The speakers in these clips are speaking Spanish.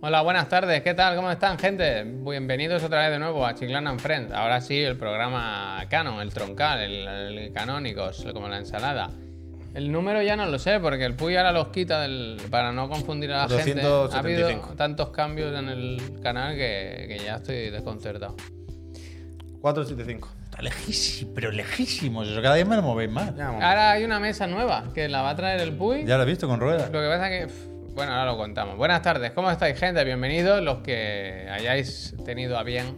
Hola, buenas tardes. ¿Qué tal? ¿Cómo están, gente? Bienvenidos otra vez de nuevo a Chiclana and Friends. Ahora sí, el programa canon, el troncal, el, el canónico, como la ensalada. El número ya no lo sé, porque el Puy ahora los quita del- para no confundir a la gente. Ha 275. habido tantos cambios en el canal que, que ya estoy desconcertado. 475. Está lejísimo, pero lejísimos. Eso cada día me lo movéis más. Ya, Ahora hay una mesa nueva que la va a traer el Puy. lo he visto con ruedas. Lo que pasa que. pf, Bueno, ahora lo contamos. Buenas tardes, ¿cómo estáis, gente? Bienvenidos los que hayáis tenido a bien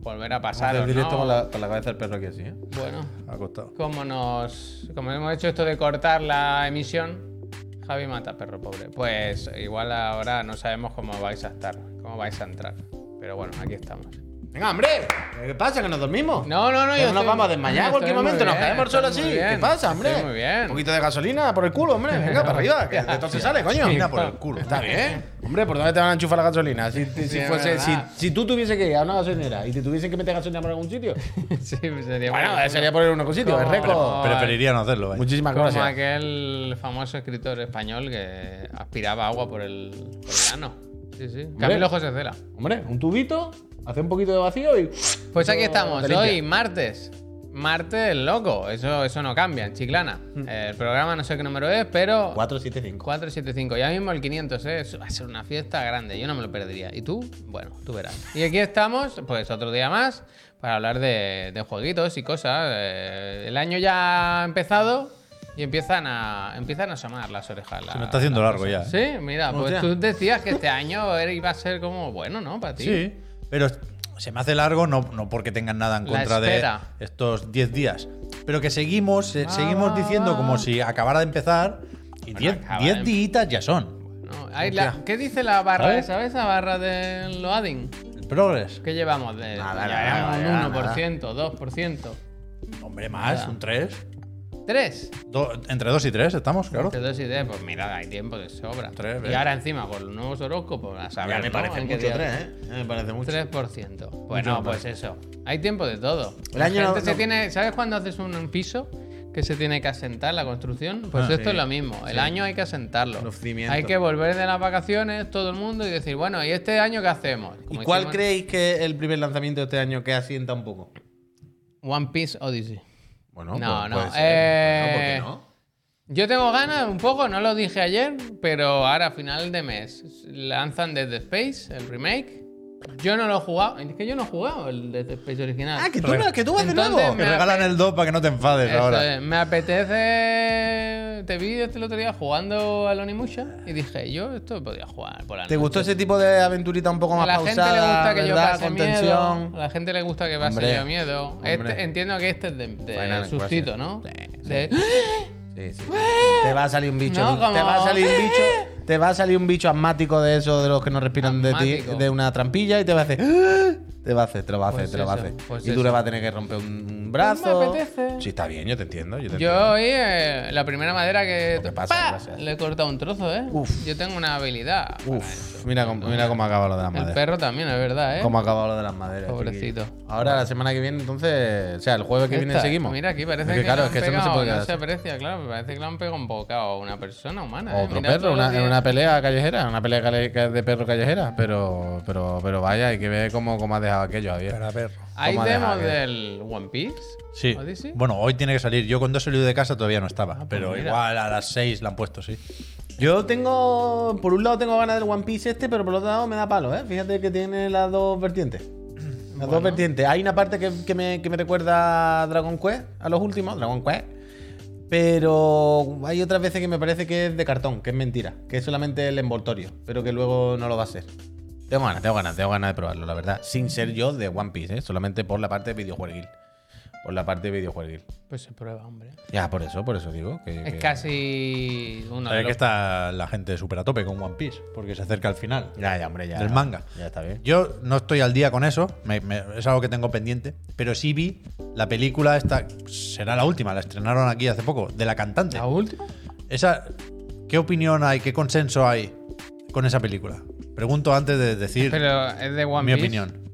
volver a pasar. Hacer directo ¿no? con, la, con la cabeza del perro aquí así, ¿eh? Bueno, Acostado. como nos. Como hemos hecho esto de cortar la emisión, Javi mata perro pobre. Pues igual ahora no sabemos cómo vais a estar, cómo vais a entrar. Pero bueno, aquí estamos. Venga, hombre. ¿Qué pasa? ¿Que nos dormimos? No, no, no, ¿Que yo no nos estoy- vamos a desmayar estoy en cualquier muy momento. nos bien, caemos al suelo así. estoy muy ¿Qué bien, pasa, hombre? estoy muy bien. Un poquito de gasolina por el culo, hombre. Venga, para arriba. Que de todo se sale, coño. pues, Sí, Mira por el culo. Está bien. Hombre, ¿por dónde te van a enchufar la gasolina? Si, si, Sí, es fuese, si, verdad. si tú tuviese que ir a una gasolinera y te tuviesen que meter gasolina por algún sitio. sí, sería bueno, sería por ir a un sitio. Es Como- récord. Preferiría no hacerlo, ¿eh? Muchísimas Como gracias. aquel famoso escritor español que aspiraba agua por el, por el ano. Sí, sí. Camilo José Cela. Hombre, un tubito, hace un poquito de vacío y. Pues aquí Eso estamos, te limpia. hoy martes. Martes loco, eso, eso no cambia, en Chiclana. Mm. El programa no sé qué número es, pero 475. 475. Ya mismo el 500, ¿eh? Eso va a ser una fiesta grande, yo no me lo perdería. ¿Y tú? Bueno, tú verás. Y aquí estamos, pues otro día más, para hablar de, de jueguitos y cosas. Eh, el año ya ha empezado y empiezan a, empiezan a asomar las orejas. la- Se me está haciendo las largo ya, ¿eh? cosas. Sí, mira, pues Hostia. tú decías que este año era- iba a ser como bueno, ¿no? Para ti. Sí, pero se me hace largo no, no porque tengan nada La en contra de espera. estos 10 días, pero que seguimos, eh, Va, seguimos va, diciendo va. como si acabara de empezar y Bueno, 10 acaba 10 de empe- días ya son. No, hay la- ¿Qué dice la barra ¿Sabes? esa? ¿Ves la barra del Loading? El progress. ¿Qué llevamos? De, pues Nada, ya nada, llevamos nada, un 1%, 2%, Hombre, más, Nada. un 3. 3. entre 2 y 3 estamos, claro. Entre dos y tres, pues mira, hay tiempo de sobra. Tres, y ¿ves? ahora encima con los nuevos horóscopos, a saber, Ya me ¿no? parece ¿En qué mucho día? 3, ¿eh? Ya Me parece mucho. 3%. Bueno, pues eso. Hay tiempo de todo. El La año gente no- se no- tiene, ¿Sabes cuando haces un, un piso? Que se tiene que asentar la construcción. Pues Ah, esto sí. es lo mismo. El año hay que asentarlo. Los cimientos. Hay que volver de las vacaciones todo el mundo y decir, bueno, ¿y este año qué hacemos? ¿Y Como cuál hicimos- creéis que es el primer lanzamiento de este año que asienta un poco? One Piece Odyssey. Bueno, No, pues no, puede ser. Ah, eh, Bueno, ¿por qué no? Yo tengo ganas un poco, no lo dije ayer, pero ahora a final de mes lanzan Dead Space, el remake. Yo no lo he jugado, es que yo no he jugado el Dead Space original. Ah, que tú, no- que tú vas Entonces de nuevo. me Que regalan el 2 para que no te enfades Eso ahora. es, me apetece. Te vi este el otro día jugando a Onimusha y dije, yo esto podría jugar por la ¿Te noche. gustó ese tipo de aventurita un poco más A la pausada? gente le gusta que yo ¿verdad? pase Con miedo. A tensión. la gente le gusta que pase Hombre, yo miedo. Este- hombre. entiendo que este es de, de Final sustito, Fantasy. ¿no? Sí, De- Sí, sí. Te va a salir un bicho. No, Te va a como- salir un bicho. Te va a salir un bicho asmático de esos de los que no respiran de ti, Asmático. de una trampilla y te va a hacer. ¡Ah! Te va a hacer, te lo va a hacer, Pues te lo va a eso, hacer. pues y tú eso. Pues le vas a tener que romper un brazo. me apetece. Sí, está bien, yo te entiendo. Yo te Yo hoy, eh, la primera madera que. Lo que pasa, ¡Pa! gracias. Le he cortado un trozo, ¿eh? Uf. Yo tengo una habilidad. entiendo. Uf, mira cómo, mira cómo acaba lo de las El maderas. perro también, es verdad, ¿eh? Cómo acaba lo de las maderas. Pobrecito. chiquillo. Ahora la semana que viene, entonces. O sea, el jueves que viene Esta, seguimos. Mira, aquí parece Es que, que claro, le es que han eso no se pegado- ¿eh? puede quedar se así. aprecia, claro. me Parece que le han pegado un bocado a una persona humana. O ¿eh? otro Mira perro, todos una, los días. una pelea callejera, una pelea calle- ca- de perro callejera, pero, pero, pero vaya, hay que ver cómo, cómo ha dejado aquello, Javier. Para perro. ¿Hay ¿Cómo ha demos dejado que- del One Piece? Sí. ¿Odyssey? Bueno, hoy tiene que salir. Yo cuando he salido de casa todavía no estaba. pero mira. igual a las 6 la han puesto, sí. Yo tengo, por un lado tengo ganas del One Piece este, pero por otro lado me da palo, ¿eh? Fíjate que tiene las dos vertientes. Las dos vertientes. Hay una parte que, que me, que me recuerda a Dragon Quest, a los últimos, Dragon Quest. Pero hay otras veces que me parece que es de cartón, que es mentira, que es solamente el envoltorio, pero que luego no lo va a ser. Tengo ganas, tengo ganas, tengo ganas de probarlo, la verdad. Sin ser yo de One Piece, ¿eh? solamente por la parte videojueguil. Por la parte videojueguil. Pues se prueba, hombre. Ya, por eso, por eso digo. Que, Es que- casi uno de Sabes que los está la gente súper a tope con One Piece, porque se acerca al final. Ya, ya, hombre, ya. Del manga. Ya está bien. Yo no estoy al día con eso, me- me- es algo que tengo pendiente, pero sí vi la película esta, será la última, la estrenaron aquí hace poco, de la cantante. ¿La última? Esa, ¿Qué opinión hay, qué consenso hay con esa película? Pregunto antes de decir Pero es de One mi Piece. opinión.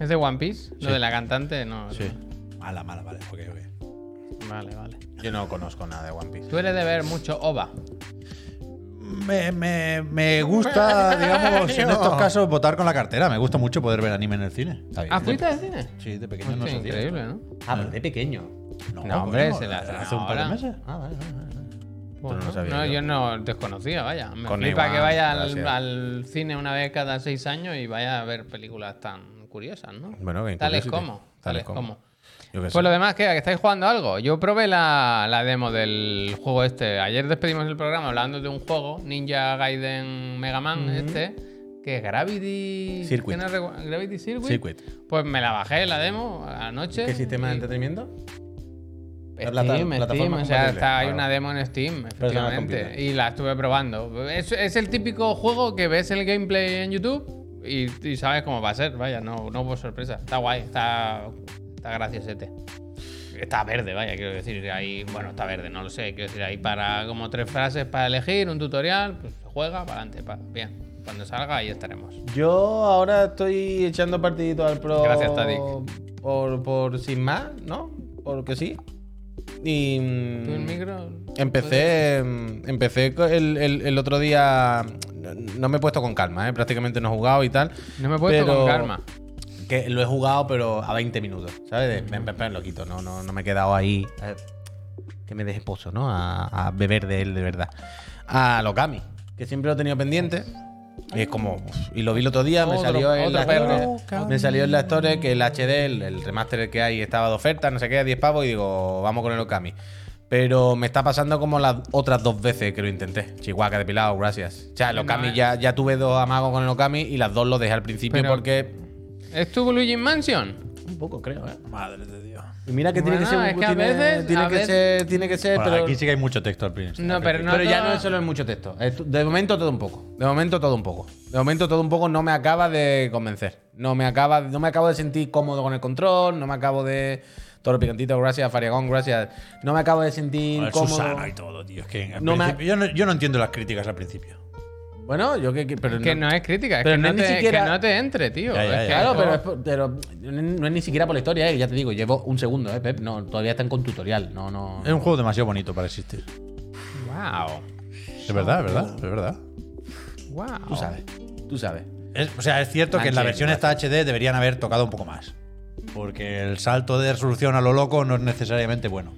¿Es de One Piece? Lo de la cantante, no. Sí. Mala, mala, vale. ok, ok. Vale, vale. Yo no conozco nada de One Piece. Tú eres de ver mucho OVA. me, me- me gusta, digamos, en estos casos votar con la cartera. Me gusta mucho poder ver anime en el cine. Está bien. ¿Ah, fuiste al cine? Sí, de pequeño no Hostia, se hacía. increíble, ¿no? Ah, pero de pequeño. No, No, hombre, coño, se la hacen hace un par de ahora. meses. Ah, vale, vale, vale. Bueno, no sabía no, yo. yo no desconocía, vaya. Me Con flipa Iwan, que vaya al, gracias. al cine una vez cada seis años y vaya a ver películas tan curiosas, ¿no? Bueno, que Tales Curiosity. como. Tales como. Yo qué sé. Pues lo demás, ¿qué? ¿A ¿Que estáis jugando algo? Yo probé la, la demo del juego este. Ayer despedimos el programa hablando de un juego, Ninja Gaiden Mega Man este, que es Gravity... Circuit. ¿Qué no recu- Gravity Circuit. Circuit. Pues me la bajé la demo anoche. ¿Qué sistema de y- entretenimiento? Steam, plata- Steam, plataforma o sea, compatible, está, hay claro. una demo en Steam, Personal efectivamente. computer. Y la estuve probando. Es, es el típico juego que ves el gameplay en YouTube y, y sabes cómo va a ser, vaya, no, no hubo sorpresa. Está guay, está, está graciosete. Está verde, vaya, quiero decir, ahí, bueno, está verde, no lo sé, quiero decir, ahí para como tres frases para elegir, un tutorial, pues se juega, para adelante, pa- bien. Cuando salga, ahí estaremos. Yo ahora estoy echando partidito al pro. Gracias, Tadic. Por, por sin más, ¿no? Porque sí. Y. mm, ¿Tú el micro? Empecé, mm, empecé co- el, el- el otro día. No, no me he puesto con calma, ¿eh? prácticamente no he jugado y tal. No me he puesto pero- con calma. Que lo he jugado, pero a 20 minutos, ¿sabes? De, ven, ven, ven, lo quito, no, no, no me he quedado ahí. eh, que me deje pozo, ¿no? A, a beber de él de verdad. A Lokami, que siempre lo he tenido pendiente. Y es como. uf, y lo vi el otro día, me Otro- salió en otro eh. la perro. Store, Me salió en la Store que el HD, el, el remaster que hay, estaba de oferta, no sé qué, a 10 pavos, y digo, vamos con el Okami. Pero me está pasando como las otras dos veces que lo intenté. Chihuahua, depilado, gracias. O sea, el No, Okami eh. ya, ya tuve dos amagos con el Okami y las dos lo dejé al principio Pero- porque ¿Es tu Luigi Mansion? un poco, creo, ¿eh? Madre de Dios. Y mira que tiene que Bueno, ser. es que a tiene, veces- tiene a que veces- ser. Tiene que ser, Bueno, pero. aquí sí que hay mucho texto al principio. No, pero no pero ya todo- no es solo es mucho texto. Es tu- De momento todo un poco. De momento todo un poco. De momento todo un poco no me acaba de convencer. No me acaba, no me acabo de sentir cómodo con el control. No me acabo de. Toro picantito, gracias. Fariagón, gracias. No me acabo de sentir Joder, cómodo. Susana y todo, tío. Es que en el No me- principio- yo, no, yo no entiendo las críticas al principio. Bueno, yo que. que- Pero Que no es crítica, es Pero que, no no es ni te, siquiera- que no te entre, tío. Ya, ya, Es ya. que Claro, no- pero, es por- pero no es ni siquiera por la historia, eh. Ya te digo, llevo un segundo, eh, Pep. No, todavía están con tutorial. No, no. Es un juego demasiado bonito para existir. Wow. Es verdad, es verdad, es verdad. Wow. Tú sabes. Tú sabes. Es- o sea, es cierto que en la Manche, versión esta HD deberían haber tocado un poco más. Porque el salto de resolución a lo loco no es necesariamente bueno.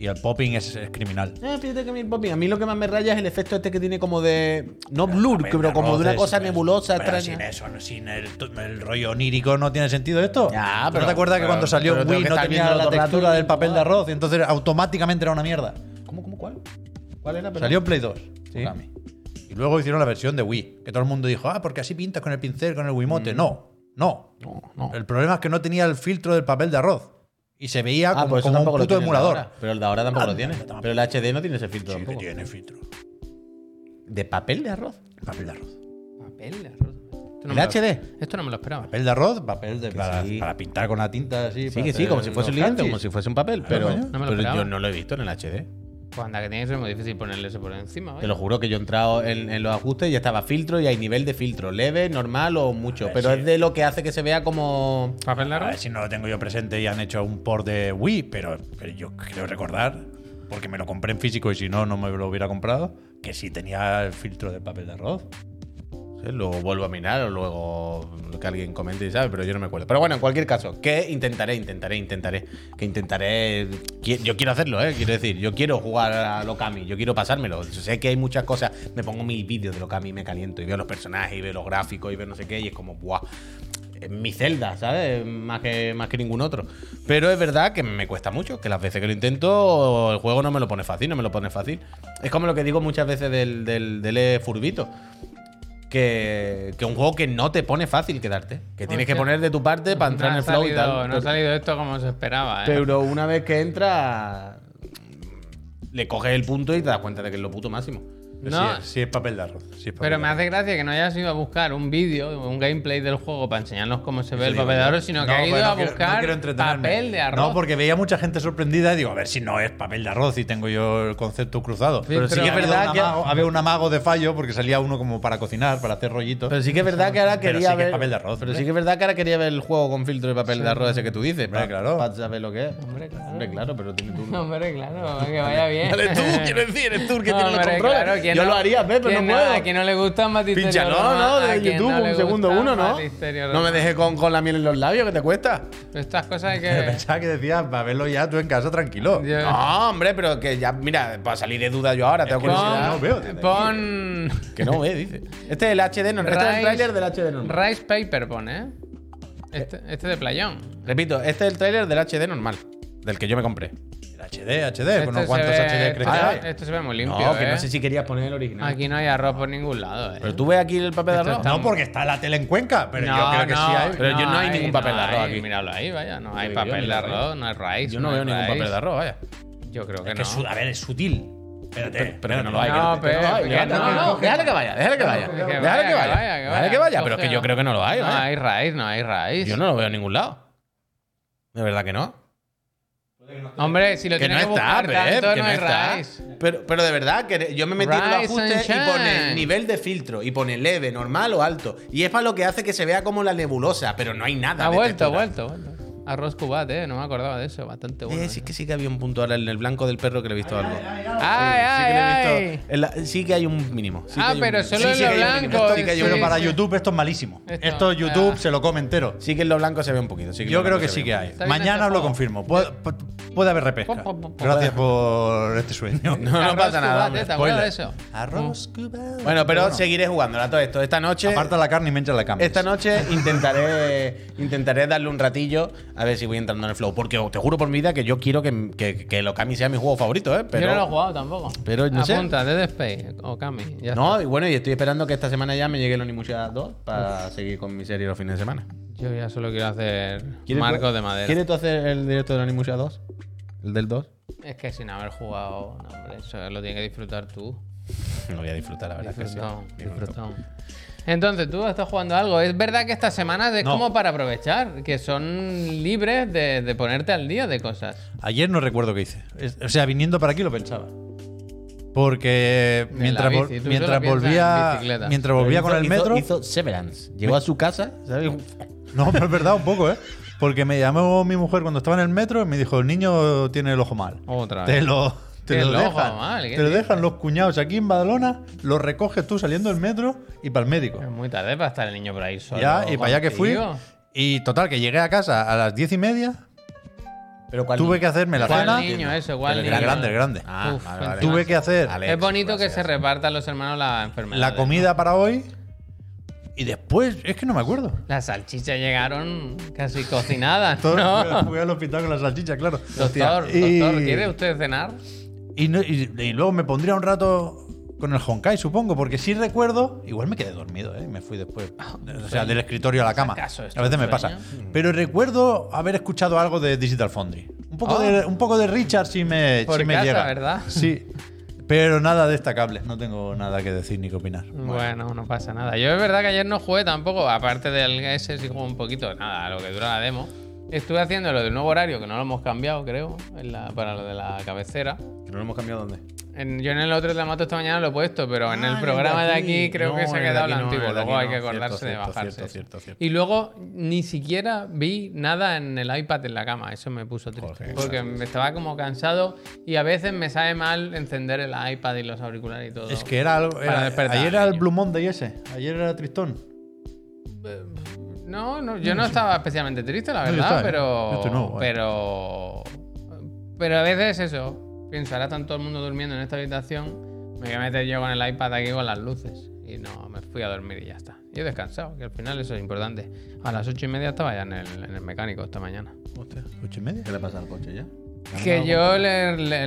Y el popping es, es criminal. Ah, fíjate que mi papi, a mí lo que más me raya es el efecto este que tiene como de. No blur, Hombre, pero como de una roces, cosa pero- nebulosa pero Sin extraña. eso, sin el, el rollo onírico no tiene sentido esto. Ya, ¿Tú pero- ¿No te acuerdas que pero- cuando salió pero el tengo Wii que no estar tenía viendo la la textura textura del papel de igual. arroz? Y entonces automáticamente era una mierda. ¿Cómo, cómo, cuál? ¿Cuál era? perdón? Salió en Play 2. eh. Sí. Okami. Y luego hicieron la versión de Wii, que todo el mundo dijo, ah, porque así pintas con el pincel, con el Wiimote. No, no. Mm. No, no. El problema es que no tenía el filtro del papel de arroz. Y se veía Ah, como, pues eso como tampoco un lo puto tiene el de emulador. ahora. Pero el de ahora tampoco lo Anda, tiene. que Ah, tampoco. Pero el HD no tiene ese filtro Sí, que tampoco. tiene filtro. ¿De papel de arroz? Papel de arroz. Papel de arroz. Esto no ¿El me lo- HD? Esto no me lo esperaba. Papel de arroz, papel de, Que para, sí. para pintar con la tinta así. Sí, para que sí, hacer como si fuese un los lienzo, kanjis. como si fuese un papel. Claro, Pero, Ah, coño. No me lo pero esperaba. yo no lo he visto en el HD. Pues anda, que tiene que ser muy difícil ponerle eso por encima. Te vaya. lo juro que yo he entrado en, en los ajustes y ya estaba filtro y hay nivel de filtro. Leve, normal o mucho. ver, pero sí. es de lo que hace que se vea como. ¿Papel de A ver arroz? si no lo tengo yo presente y han hecho un port de Wii, pero, pero yo creo recordar, porque me lo compré en físico y si no, no me lo hubiera comprado, que sí tenía el filtro de papel de arroz. Sí, Lo vuelvo a mirar o luego que alguien comente y sabe, pero yo no me acuerdo. Pero bueno, en cualquier caso, que intentaré, intentaré, intentaré. Que intentaré. qui- Yo quiero hacerlo, ¿eh? Quiero decir, yo quiero jugar a Lokami, yo quiero pasármelo. Yo Sé que hay muchas cosas. Me pongo mil vídeos de Lokami y me caliento y veo los personajes y veo los gráficos y veo no sé qué y es como, ¡buah! Es Mi celda, ¿sabes? Más que, más que ningún otro. Pero es verdad que me cuesta mucho, que las veces que lo intento, el juego no me lo pone fácil, no me lo pone fácil. Es como lo que digo muchas veces del, del, del E Furbito que, que un juego que no te pone fácil quedarte. Que tienes que Hostia. poner de tu parte para entrar No en ha el flow y salido- tal. No ha salido esto como se esperaba, ¿eh? Pero una vez que entra, le coges el punto y te das cuenta de que es lo puto máximo. No, Sí, es- sí es papel de arroz. sí es papel Pero de me arroz. hace gracia que no hayas ido a buscar un vídeo, un gameplay del juego para enseñarnos cómo se ve el papel de arroz, sino que No, ha ido pues no a quiero- no buscar quiero entretenerme. papel de arroz. No, porque veía mucha gente sorprendida y digo, a ver si no es papel de arroz y tengo yo el concepto cruzado. Pero sí pero- que es verdad que que- había un amago de fallo porque salía uno como para cocinar, para hacer rollitos. Pero sí que es verdad que ahora Pero quería sí que es ver. papel de arroz, Pero hombre. sí que es verdad que ahora quería ver el juego con filtro de papel de arroz ese que tú dices. Hombre, pa- claro. pa saber lo que es. Hombre, claro. Hombre, claro, pero tiene tú. Hombre, claro, que vaya bien. Eres tú, quiero decir, eres tú el que No, tiene los hombre, controles. claro, ¿quién que yo no- lo haría, Pep, pero que no puedo. A quien no le gusta Batisterio Pincha, no, no, de YouTube, un segundo uno, ¿no? No me dejes con, con la miel en los labios, que te cuesta. Estas cosas hay Yo que. Pensaba que decías, para verlo ya tú en casa tranquilo. Yo- No, hombre, pero que ya, mira, para salir de duda yo ahora, tengo que no- curiosidad. no veo desde aquí. Pon. Que no ve, dice. Este es el HD, no, el resto del Rice- tráiler del HD normal. Rice Paper pon, ¿eh? Este, este de playón. Repito, este es el tráiler del HD normal, del que yo me compré. El HD, Eh, HD, pues con Este unos cuantos se ve- HD crees que este- hay. Esto se ve muy limpio. no, que ¿eh? no sé si querías poner el original. Aquí no hay arroz por ningún lado, ¿eh? Pero tú ves aquí el papel de Esto arroz. está- No, porque está la tele en Cuenca, pero yo creo que sí hay. Pero yo- no hay ningún papel de arroz hay, aquí. Míralo ahí, vaya. No hay digo yo, papel de mira, arroz, no hay rice. Yo no veo ningún papel de arroz, vaya. arroz. Yo creo que Es no. que su- a ver, es sutil. Espérate, Pero- pero que no lo hay. No, que- pero. que que no, no, no, déjale que vaya, déjale que vaya. que vaya, Déjale que vaya. que vaya, que Déjale que vaya. vaya, pero es que yo creo que no lo hay, No vaya. hay raíz, no hay raíz. Yo no lo veo en ningún lado. De verdad que no. Hombre, si lo Que no tienes que está, buscar Pep, tanto, que no no hay está. raíz. Pero, pero de verdad, que yo me metí en los Rise and ajustes y pone shine. nivel de filtro, y pone leve, normal o alto. Y es para lo que hace que se vea como la nebulosa, pero no hay nada. Ha de Ah, vuelto, ha textura. vuelto, ha vuelto. Arroz cubat, eh. No me acordaba de eso. Bastante bueno. Eh, sí que sí que había un punto ahora en el blanco del perro que le he visto algo. Ay, sí, que ay, le he ay. visto- en la- sí que hay un mínimo. sí que Ah, hay un pero mínimo. solo Sí, en sí lo que hay un mínimo, blanco, sí que hay sí, un Pero mínimo. para YouTube esto es malísimo. Esto, Esto, YouTube ah. se lo come entero. Sí que en lo blanco se ve un poquito. Sí que en Yo lo creo blanco que se sí ve que un hay. Está bien Mañana os lo atrapado. confirmo. Pu- pu- Puede haber repesca. Pum, pum, pum. Gracias por este sueño. No, no Arroz pasa nada, cubat, hombre, eh, ¿Te acuerdas de Spoiler. eso? Arroz cubano. poquito. Bueno, pero seguiré jugando a todo esto. Esta noche. Aparta la carne y mencha la cama. Esta noche intentaré, intentaré darle un ratillo a ver si voy entrando en el flow. Porque te juro por mi vida que yo quiero que, que, que el Okami sea mi juego favorito, ¿eh? Pero, Yo no lo he jugado tampoco. pero no sé. Apunta, Dead Space o Kami. ya No, y bueno, y estoy esperando que esta semana ya me llegue el Onimusha 2 para seguir con mi serie los fines de semana. está. Yo ya solo quiero hacer ¿Quieres marcos tú- de madera. ¿Quieres tú hacer el directo del Onimusha 2? ¿El del 2? Es que sin haber jugado, no, hombre, eso lo tienes que disfrutar tú. Lo voy a disfrutar, la verdad es que sí. Disfrutado, disfrutado. Entonces, tú estás jugando algo. Es verdad que estas semanas es No. como para aprovechar, que son libres de, de ponerte al día de cosas. Ayer no recuerdo qué hice. Es- O sea, viniendo para aquí lo pensaba. Porque la mientras, vol- bici, tú mientras solo piensas en volvía, bicicleta. mientras volvía con Hizo- el hizo- metro. Hizo, Severance. Llegó a su casa, ¿sabes? No, pero es verdad, un poco, ¿eh? Porque me llamó mi mujer cuando estaba en el metro y me dijo: el niño tiene el ojo mal. Otra Te vez. lo, te ¿Qué lo el ojo dejan. mal? ¿Qué te lo dices? dejan los cuñados aquí en Badalona, lo recoges tú saliendo del metro y para el médico. Es muy tarde para estar el niño por ahí solo. Ya, y para allá que fui. contigo. Y total, que llegué a casa a las diez y media, Pero cuál tuve que hacerme la ¿Cuál cena. niño eso? ¿Cuál El niño? grande, el grande. Ah, Uf, vale, vale. encima Tuve que hacer Vale. Es bonito que se repartan los hermanos la enfermedad. la comida para hoy y después, es que no me acuerdo. Las salchichas llegaron casi cocinadas, Todo- ¿no? Fui al hospital con la salchicha, claro. Doctor, Y- doctor, ¿quiere usted cenar? Y, no- y- y luego me pondría un rato con el Honkai, supongo, porque si recuerdo, igual me quedé dormido, ¿eh? me fui después, Ah, o sea, del escritorio a la cama. ¿Acaso esto a veces es me sueño? pasa. Pero recuerdo haber escuchado algo de Digital Foundry. Un poco, de, un poco de Richard si me, Ah. Por sí me casa, llega. ¿verdad? Sí. Pero nada destacable, no tengo nada que decir ni que opinar. Bueno, no pasa nada. Yo es verdad que ayer no jugué tampoco, aparte del ese sí jugué un poquito, nada, lo que dura la demo. Estuve haciendo lo del nuevo horario, que no lo hemos cambiado, creo, en la- para lo de la cabecera. Que no lo hemos cambiado dónde. En- yo en el otro de la mato esta mañana lo he puesto, pero en Ah, el el programa de de aquí. aquí, creo que No, se ha el de quedado el aquí no, antiguo. el de aquí Luego hay no. que acordarse Cierto, de cierto, bajarse. cierto, ese. cierto, cierto. Y luego ni siquiera vi nada en el iPad en la cama. Eso me puso triste. Joder, porque me estaba como cansado y a veces me sabe mal encender el iPad y los auriculares y todo. Es que era algo. Para era- despertar, ayer era el niño. Blue Monday ese, ayer era Tristón. No, no, yo no estaba especialmente triste, la No, yo verdad, estaba, yo pero. estoy nuevo, vaya. pero. Pero a veces eso. Pienso, ahora está todo el mundo durmiendo en esta habitación. Me voy a meter yo con el iPad aquí con las luces. Y no, me fui a dormir y ya está. Y he descansado, que al final eso es importante. A las ocho y media estaba ya en el, en el mecánico esta mañana. ¿Ocho y media? ¿Qué le pasa al coche ya? Que yo le- le-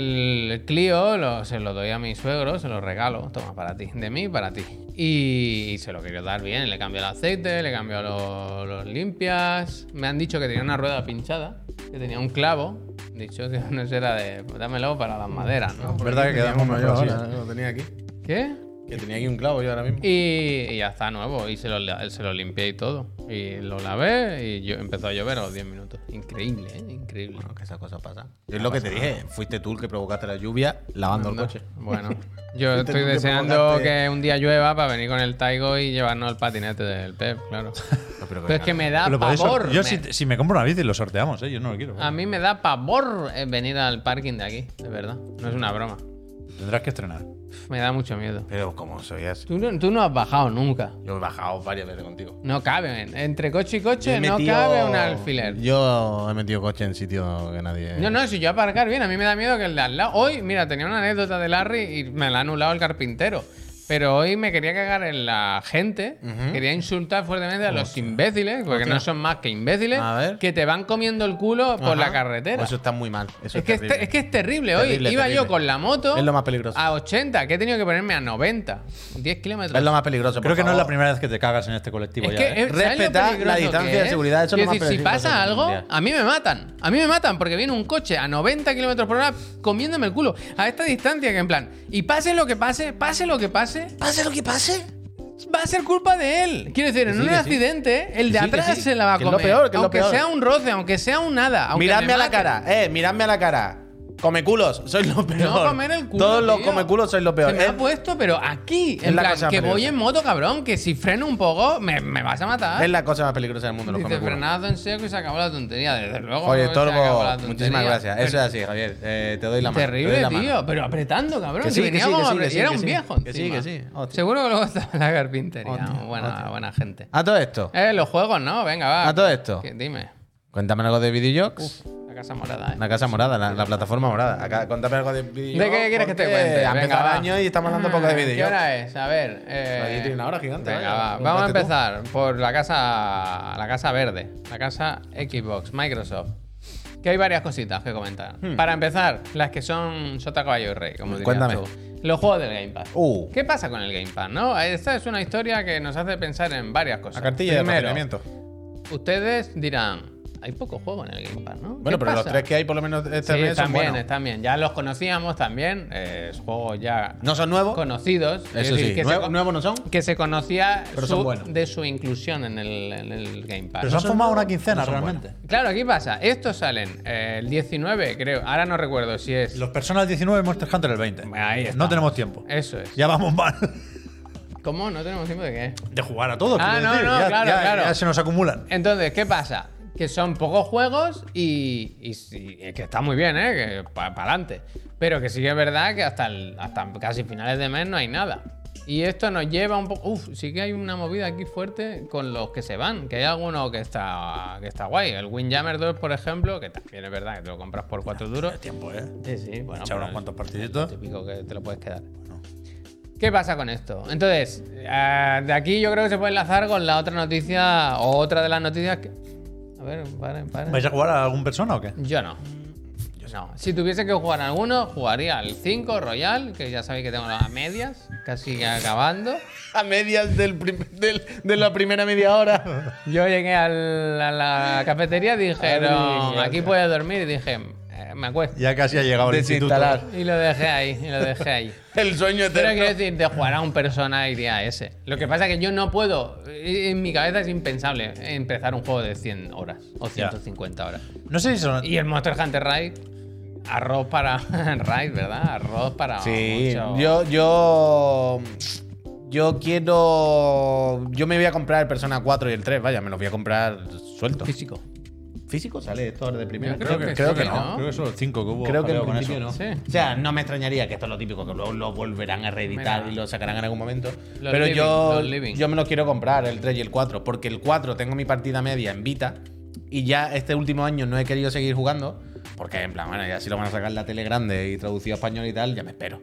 el, Clio lo- se lo doy a mi suegro, se lo regalo, toma, para ti, de mí para ti. Y, se lo quiero dar bien, le cambio el aceite, le cambio lo- los limpias. Me han dicho que tenía una rueda pinchada, que tenía un clavo. Dicho que no será de, pues, dámelo para las maderas, ¿no? Es verdad que quedamos uno yo mejor ahora, así. ¿eh? lo tenía aquí. ¿Qué? Que tenía aquí un clavo yo ahora mismo. Y, y ya está nuevo, y se lo, la- se lo limpié y todo. Y lo lavé y yo, empezó a llover a los 10 minutos. Increíble, ¿eh? Increíble. Bueno, que esas cosas pasan. Ah, Es lo que te dije, fuiste tú el que provocaste la lluvia lavando el coche. Bueno, yo Fuiste estoy tú que deseando provocaste. que un día llueva para venir con el Taigo y llevarnos el patinete del Pep, claro. pero Pero es que me da Lo podéis sor- pavor. yo me- si, si Ah, me compro una bici lo sorteamos, ¿eh? yo no lo quiero. A mí me da pavor eh, venir al parking de aquí, de verdad. No es una broma. Tendrás que estrenar. Me da mucho miedo. Pero como soy así. Tú no, tú no has bajado nunca. Yo he bajado varias veces contigo. No caben. Entre coche y coche Yo he no metido- cabe un alfiler. Yo he metido coche en sitio que nadie. Eh. No, no, si yo aparcar bien, a mí me da miedo que el de al lado. Hoy, mira, tenía una anécdota de Larry y me la ha anulado el carpintero. Pero hoy me quería cagar en la gente, quería insultar fuertemente a los imbéciles, porque no son más que imbéciles, A ver. que te van comiendo el culo por Ajá. Pues la carretera. Eso está muy mal. Eso es, que es, terrible. te- es que es terrible hoy. Terrible, Iba terrible. yo con la moto Es lo más peligroso. a 80, que he tenido que ponerme a 90. 10 kilómetros. Es lo más peligroso. por Creo que no es la favor. primera vez que te cagas en este colectivo Es ya. que ¿eh? eh, ¿sabes lo Respetar la peligroso distancia que de seguridad, eso es lo Quiero más decir, Si peligroso pasa que algo, tendría. a mí me matan. A mí me matan porque viene un coche a 90 kilómetros por hora comiéndome el culo. A esta distancia que en plan. Y pase lo que pase, pase lo que pase, Pase lo que pase. va a ser culpa de él. Quiero decir, en sí, un que sí. accidente, el de sí, que atrás sí. se la va a Que es lo comer. peor, que es lo aunque peor. sea un roce, aunque sea un nada. aunque Miradme me a la maten. cara, eh, miradme a la cara. Comeculos, sois lo peor. No comer el culo. Todos los tío. comeculos sois lo peor. Se me Eh, ha puesto, pero aquí, Es en la plan, cosa que voy peligrosa. en moto, cabrón, que si freno un poco, me, me vas a matar. Es la cosa más peligrosa del mundo, los Dice comeculos. frenado en seco y se acabó la tontería. Desde luego. Oye, no se acabó la Torbo, tontería. muchísimas gracias. Eso es Pero así, Javier. Eh, te doy la mano. te doy Terrible, la mano. tío. Pero apretando, cabrón. Que si sí, que venía sí, que como sí, que apre- sí, y era que un sí. viejo. Que sí, encima. que sí. Hostia. Seguro que luego estaba en la carpintería. buena, buena gente. A todo esto, Eh, los juegos, ¿no? Venga, va. A todo esto. Que- dime. cuéntame algo de videojuegos. La casa morada, eh. La casa morada, la, la plataforma morada. Acá, cuéntame algo de videojuegos. ¿De qué quieres que te porque cuente? Ha Venga, empezado el va. año y estamos hablando Ah, poco de ¿Qué videojuegos. hora es? A ver. eh, Ahí tiene una hora gigante, venga, vaya, va. lo Vamos a contaste tú. empezar por la casa, la casa verde, la casa Xbox, Microsoft. Que hay varias cositas que comentar. Para empezar, las que son Sota Caballo y Rey, como dirías Hmm. Cuéntame. tú. Los juegos del Game Pass. Uh. ¿Qué pasa con el Game Pass? No? Esta es una historia que nos hace pensar en varias cosas. La cartilla de Primero, almacenamiento. Ustedes dirán, hay poco juego en el Game Pass, ¿no? ¿Qué Bueno, pero los pasa?". tres que hay por lo menos este Sí, mes son están bien, buenos. están bien. Ya los conocíamos también. eh, juegos ya No son nuevos. conocidos. es Eso decir, sí, que, nuevo- se, nuevos no son. que se conocía Pero son su- buenos. de su inclusión en el, en el Game Pass. Pero se han son formado nuevos, una quincena no son realmente. Claro, aquí pasa. Estos salen eh, el 19, creo. Ahora no recuerdo si es. Los personas 19 y Monster Hunter el 20. Ahí está. No tenemos tiempo. Eso es. Ya vamos mal ¿Cómo? No tenemos tiempo de qué. de jugar a todo. Ah, quiero no, decir. no, ya, claro, ya- claro. ya se nos acumulan. Entonces, ¿qué pasa? Que son pocos juegos y, y sí, eh, que está muy bien, ¿eh? Que para adelante. Pero que sí que es verdad que hasta, el- hasta casi finales de mes no hay nada. Y esto nos lleva un poco... Uf, sí que hay una movida aquí fuerte con los que se van. Que hay alguno que está, que está guay. El Windjammer 2, por ejemplo, que también es verdad que te lo compras por 4 duros. Ya tiempo, ¿eh? Sí, sí, bueno. pues, Echar pero unos es- cuantos partiditos. típico que te lo puedes quedar. ¿Qué pasa con esto? Entonces, eh, de aquí yo creo que se puede enlazar con la otra noticia o otra de las noticias que... A ver, paren, paren. ¿Vais a jugar a algún persona o qué? Yo no. No. Si tuviese que jugar alguno, jugaría al 5 Royal, que ya sabéis que tengo las medias, casi que acabando. A medias del prim- del- de la primera media hora. Yo llegué al- a la cafetería y dijeron, aquí puedes dormir, y dije, "Eh, me acuesto. Ya casi ha llegado al instituto. Desinstalar. Y lo dejé ahí, y lo dejé ahí. El sueño Pero eterno. quiero decir, de jugar a un persona iría a ese. Lo que pasa es que yo no puedo, eh, en mi cabeza es impensable empezar un juego de 100 horas o Ya. 150 horas. No sé si son. Y el Monster Hunter Raid, arroz para Raid, ¿verdad? Arroz para Sí, mucho- yo, yo. Yo quiero. Yo me voy a comprar el Persona 4 y el 3, vaya, me los voy a comprar sueltos. físico. ¿Físico sale esto ahora de primera? Yo creo que sí, ¿no? Creo que son los 5 que hubo. Creo que jaleo en con principio eso. no. Sí. O sea, no me extrañaría que esto es lo típico, que luego lo volverán a reeditar Mira. y lo sacarán en algún momento. Los Pero living, yo, los living. yo me los quiero comprar, el 3 y el 4, porque el 4 tengo mi partida media en Vita y ya este último año no he querido seguir jugando, porque en plan, bueno, ya si lo van a sacar en la tele grande y traducido a español y tal, ya me espero.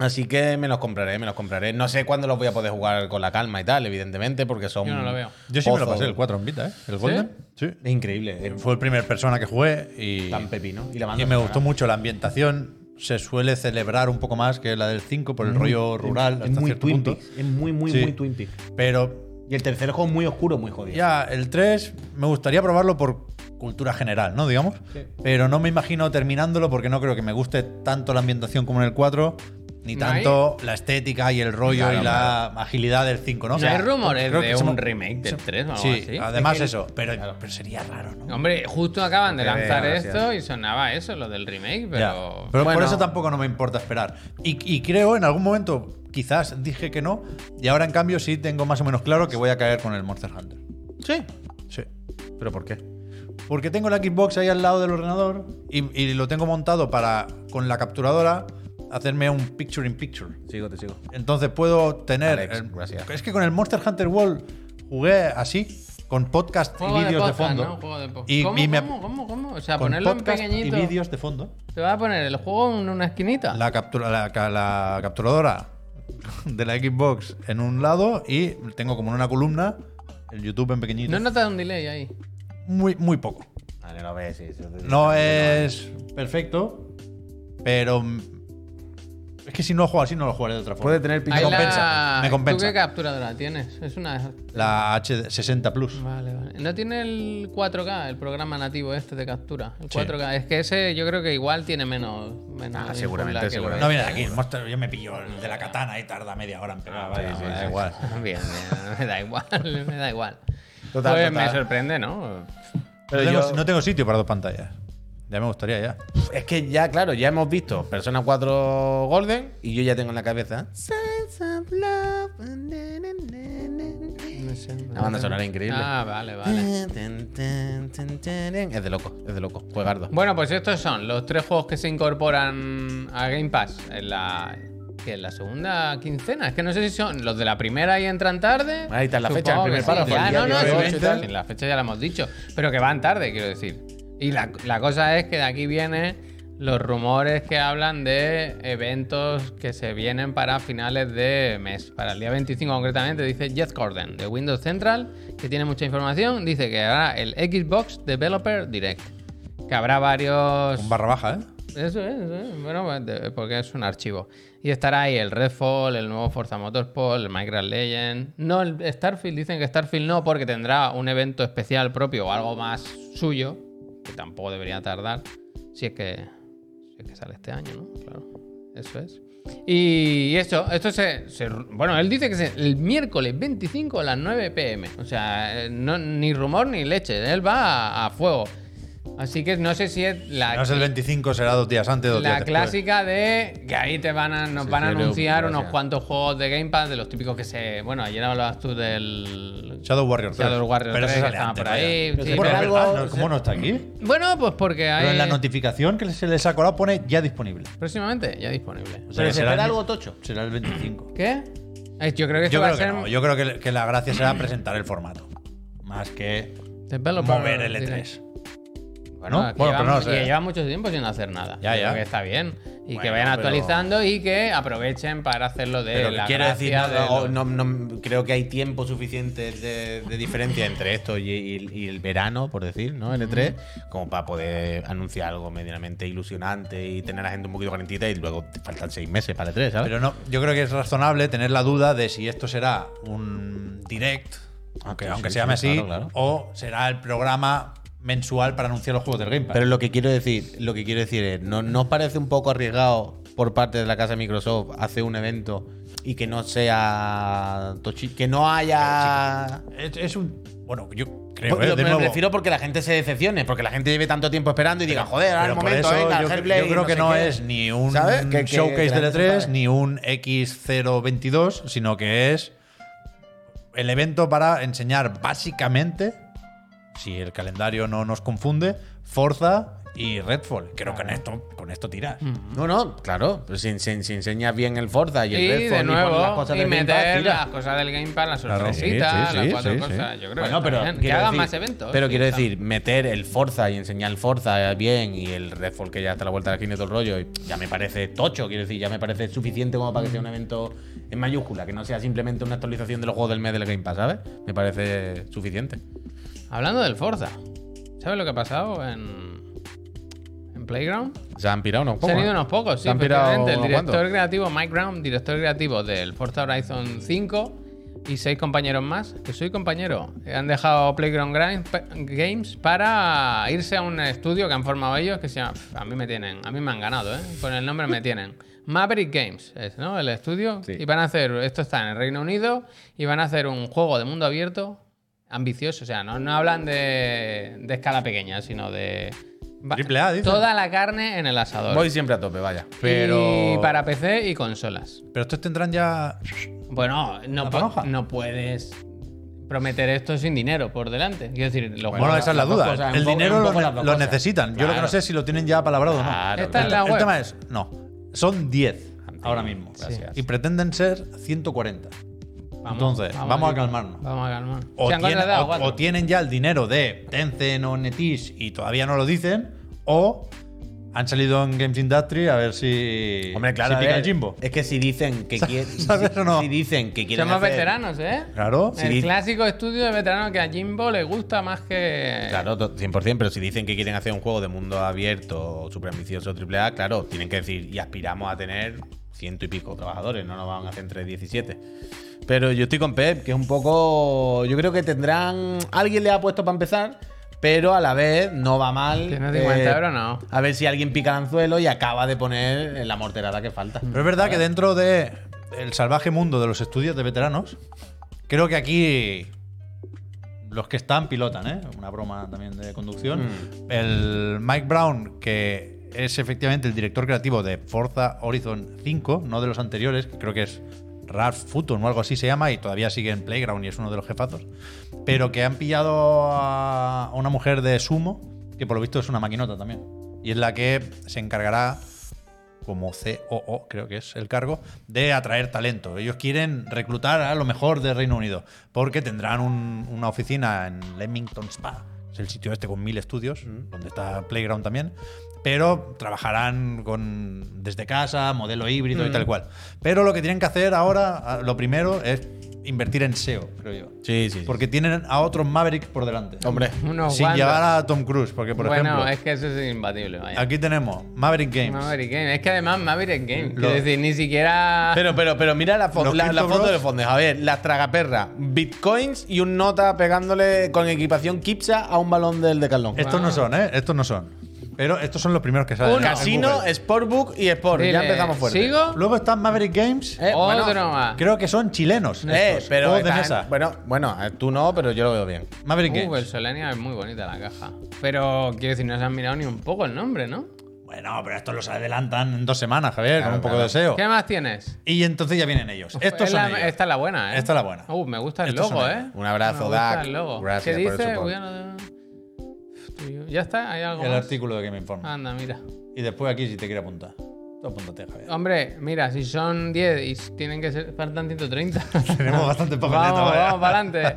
Así que me los compraré, me los compraré. No sé cuándo los voy a poder jugar con la calma y tal, evidentemente, porque son. Yo no lo veo. Yo sí me lo pozos. pasé, el 4 en Vita, ¿eh? El Golden. Sí. Es increíble, es Fue el primer persona que jugué y. tan pepino. Y, la banda Y me sonora. gustó mucho la ambientación. Se suele celebrar un poco más que la del 5 por el rollo rural Es hasta muy cierto Twin punto. Peaks, es muy, muy, Sí. muy Twin Peaks. Pero Y el tercer juego muy oscuro, muy jodido. ya el 3 me gustaría probarlo por cultura general, ¿no? Digamos. Pero no me imagino terminándolo porque no creo que me guste tanto la ambientación como en el 4, ni ¿No tanto la estética y el rollo Claro, y la agilidad del 5, ¿no? No O sea, hay rumores creo que de se un me- remake del 3 o algo Sí, así. además eso. Pero, pero sería raro, ¿no? Hombre, justo acaban de Ok, lanzar gracias. esto y sonaba eso, lo del remake, Eh, Ya. pero. Pero Bueno. por eso tampoco no me importa esperar. Y, y creo en algún momento, quizás dije que no, y ahora en cambio sí tengo más o menos claro que voy a caer con el Monster Hunter. Sí. Sí. ¿Pero por qué? Porque tengo la Xbox ahí al lado del ordenador y, y lo tengo montado para con la capturadora hacerme un picture in picture. Sigo, te sigo. Entonces puedo tener. Alex, el- gracias. es que con el Monster Hunter World jugué así, con podcast Juego y vídeos de, podcast, fondo. ¿no? Juego de podcast. Y, ¿Cómo, y me- cómo, cómo, cómo? O sea, con ponerlo en podcast pequeñito. Y vídeos de fondo. ¿Te vas a poner el juego en una esquinita? La, captura, la, ca- la capturadora de la Xbox en un lado y tengo como en una columna el YouTube en pequeñito. No notas un delay ahí. Muy, muy poco. Vale, no ves, sí, sí, sí. No es perfecto, pero mm, es que si no lo juego así, no lo jugaré de otra forma. Puede tener Ahí pinta la- compensa, me compensa. ¿Tú qué capturadora tienes? Es una. La H60 Plus. Vale, vale. ¿No tiene el 4K, el programa nativo este de captura? El 4K. Es que ese yo creo que igual tiene menos. menos Ah, seguramente, input lag que lo seguramente. No viene de aquí, el monstruo yo me pillo el de la katana y tarda media hora en pegar. vaya, sí, da sí, igual. que- Bien, bien, me da igual, me da igual. Total, Pues total. me sorprende, ¿no? Pero no, tengo, yo- no tengo sitio para dos pantallas. Ya me gustaría ya. Es que ya, claro, ya hemos visto Persona 4 Golden y yo ya tengo en la cabeza. Signs of love, na, na, na, na. No sé, La banda sonora es increíble. Ah, vale, vale. Tan, tan, tan, tan, tan. Es de loco, es de loco. Juegardo. Bueno, pues estos son los tres juegos que se incorporan a Game Pass en la, que en la segunda quincena. Es que no sé si son los de la primera y entran tarde. Ahí está la Supongo fecha, el que primer sí. párrafo, Ya, el día no, no, 18 sí, y tal. sí, la fecha ya la hemos dicho. Pero que van tarde, quiero decir. Y la, la cosa es que de aquí vienen los rumores que hablan de eventos que se vienen para finales de mes. Para el día 25 concretamente, dice Jeff Gordon de Windows Central, que tiene mucha información, dice que hará el Xbox Developer Direct. Que habrá varios... Con barra baja, ¿eh? Eso es, eso es. bueno, pues, de- porque es un archivo. Y estará ahí el Redfall, el nuevo Forza Motorsport, el Minecraft Legend. No, el Starfield, dicen que Starfield no, porque tendrá un evento especial propio o algo más suyo, que tampoco debería tardar, si es que, si es que sale este año, ¿no? Claro, eso es. Y eso, esto se, se- Bueno, él dice que es el miércoles 25 a las 9 pm. O sea, eh, no- ni rumor ni leche, él va a, a fuego. Así que no sé si es la No es el 25, será dos días antes, dos días la después. clásica de que ahí te van a, nos Sí, van a sí, anunciar creo que unos gracias. cuantos juegos de Game Pass de los típicos que se. Bueno, ayer hablabas tú del. Shadow Warrior 3. Shadow Warrior pero 3, eso que sale estaba antes, por vaya. ahí, Pero sí, bueno, pero es verdad, algo- ¿no? ¿cómo no está aquí? Bueno, pues porque hay. Pero en la notificación que se les ha colado pone ya disponible. próximamente, ya disponible. O sea, Pero que se será el- espera algo tocho. Será el 25. ¿Qué? Ay, Yo creo que esto Yo va creo a que ser. no. Yo creo que, que la gracia será presentar el formato. Más que developer mover el E E3. Bueno, ¿No? aquí Bueno, pero llevan- no sé. y llevan mucho tiempo sin hacer nada. Ya, Yo creo ya. que está bien. Y que Bueno, vayan pero- actualizando y que aprovechen para hacerlo de Pero eh, la quiero decir, gracia no, de no, los- no- no- creo que hay tiempo suficiente de, de diferencia entre esto y, y- y el verano, por decir, ¿no? El E3, como para poder anunciar algo medianamente ilusionante y tener a la gente un poquito calentita y luego te faltan seis meses para el E3, ¿sabes? Pero no, yo creo que es razonable tener la duda de si esto será un direct, aunque, Ah, sí, aunque sí, se llame sí, así, claro, claro. o será el programa mensual para anunciar los juegos del Game Pass. Pero lo que quiero decir, lo que quiero decir es, ¿no, ¿no os parece un poco arriesgado por parte de la casa de Microsoft hacer un evento y que no sea tochi- que no haya es, es un. Bueno, yo creo Porque eh, lo- de me nuevo. refiero porque la gente se decepcione, porque la gente lleve tanto tiempo esperando y diga, joder, ahora Pero el por momento, eso venga, yo, Hellblade, yo creo que sé no qué". es ni un ¿Sabes? Que- que- showcase que la del gente E3 sabe. ni un X022, sino que es el evento para enseñar básicamente, si el calendario no nos confunde, Forza y Redfall. Creo que en esto, con esto tiras. No, no, claro. pero Si, si- si enseñas bien el Forza y el Y Redfall de y pones nuevo, las y, cosas del Game Pass, meter tira. las cosas del Game Pass, las Claro, sí, sorpresitas, sí, las sí, cuatro sí, cosas. sí. Yo creo Bueno, que, pero está bien. que quiero hagan decir- más eventos. Pero sí, quiero está decir, meter el Forza y enseñar el Forza bien y el Redfall que ya está a la vuelta de la esquina y todo el rollo, y ya me parece tocho, quiero decir, ya me parece suficiente como para que sea un evento en mayúscula, que no sea simplemente una actualización de los juegos del mes del Game Pass, ¿sabes? Me parece suficiente. Hablando del Forza, ¿sabes lo que ha pasado en, en Playground? Se han pirado unos Se pocos. han ido ¿eh? unos pocos, sí, Se han pirado efectivamente. El unos director cuantos. creativo, Mike Brown, director creativo del Forza Horizon 5 y seis compañeros más, que soy compañero, han dejado Playground Gra- Games para irse a un estudio que han formado ellos que se llama. Pf, A mí me tienen, a mí me han ganado, ¿eh? Con el nombre me tienen. Maverick Games es, ¿no? El estudio. Sí. Y van a hacer, esto está en el Reino Unido, y van a hacer un juego de mundo abierto ambicioso. O sea, no, no hablan de, de escala pequeña, sino de. va- Triple A, dicen. Toda la carne en el asador. Voy siempre a tope, vaya. Pero- Y para PC y consolas. Pero estos tendrán ya. Bueno, no, ¿La po- panoja? no puedes prometer esto sin dinero por delante. Quiero decir, los Bueno, juegos- esa es la las dos duda. cosas, el un poco- dinero un lo, poco las dos lo cosas. necesitan. Yo lo que no Claro. sé es si lo tienen ya palabrado o no. Claro, Está en el, la el web. tema es, no. Son 10 ahora mismo. gracias. Y pretenden ser 140. Entonces, vamos, a calmarnos. Vamos a calmar. O, Se han tienen- contratado o- cuatro. o tienen ya el dinero de Tencent o NetEase y todavía no lo dicen, o han salido en Games Industry a ver si, Hombre, claro. si a pica ver, Eh, el jimbo. Es que si dicen que quieren. ¿Sabes o no? Si dicen que quieren. Somos hacer- veteranos, ¿eh? Claro. Sí. el dice- clásico estudio de veteranos que a Jimbo le gusta más que. Claro, to- 100%, pero si dicen que quieren hacer un juego de mundo abierto, super ambicioso, AAA, claro, tienen que decir, y aspiramos a tener ciento y pico trabajadores, no nos van a hacer entre 17. Pero yo estoy con Pep, que es un poco. Yo creo que tendrán. Alguien le ha puesto para empezar, pero a la vez no va mal. eh, Tiene 50 euros, no. A ver si alguien pica el anzuelo y acaba de poner la morterada que falta. Mm. Pero es verdad que dentro de el salvaje mundo de los estudios de veteranos, creo que aquí los que están pilotan, ¿eh? Una broma también de conducción. El Mike Brown, que es efectivamente el director creativo de Forza Horizon 5, no de los anteriores, que creo que es Ralph Futton o algo así se llama, y todavía sigue en Playground y es uno de los jefazos, pero que han pillado a una mujer de Sumo, que por lo visto es una maquinota también, y es la que se encargará como COO, creo que es el cargo, de atraer talento. Ellos quieren reclutar a lo mejor de Reino Unido, porque tendrán un- una oficina en Leamington Spa, es el sitio este con mil estudios, Mm. donde está Playground también, pero trabajarán con, desde casa, modelo híbrido Mm. y tal cual. Pero lo que tienen que hacer ahora, a- lo primero, es invertir en SEO, creo yo. Sí, sí. Porque tienen a otros Mavericks por delante. Hombre. Unos Sin guantes. llevar a Tom Cruise, porque por bueno, ejemplo, es que eso es imbatible. Vaya. aquí tenemos Maverick Games. Maverick Game. Es que además Maverick Game. Lo- Quiero decir, ni siquiera. Pero, pero, pero mira la, fo- Los la, la Crypto foto Bros. de fondo. A ver, las tragaperras, bitcoins y un nota pegándole con equipación Kipsa a un balón del Decathlon. Estos no son, ¿eh? Estos no son. Pero estos son los primeros que salen. Uno. en Casino, Google. Sportbook y Sport. Dile, ya empezamos fuerte. ¿Sigo? Luego están Maverick Games. Eh, bueno, Otro más. Creo que son chilenos. Eh, estos. pero Juegos de están- mesa. bueno, bueno, eh, tú no, pero yo lo veo bien. Maverick Uh, el Games. Solenia es muy bonita la caja. Pero quiero decir, no se han mirado ni un poco el nombre, ¿no? Bueno, pero estos los adelantan en dos semanas, Javier, con un poco de SEO. ¿Qué más tienes? Y entonces ya vienen ellos. Oh. Estos Pues Es son la- ellos. Esta es la buena, ¿eh? Esta es la buena. Uh, me gusta el Estos logo, son ¿eh? ellos. Un abrazo, Me gusta Dak. el logo. Gracias ¿Qué por el dice? support. Uy, ya no- Ya está, hay algo El más. Ah. artículo de que me informa. Anda, mira. Y después aquí, si te quiere apuntar. Tú apúntate, Javier. Hombre, mira, si son 10 y s- tienen que ser. Faltan 130. Tenemos bastante papeleta, vamos, vaya. vamos para adelante.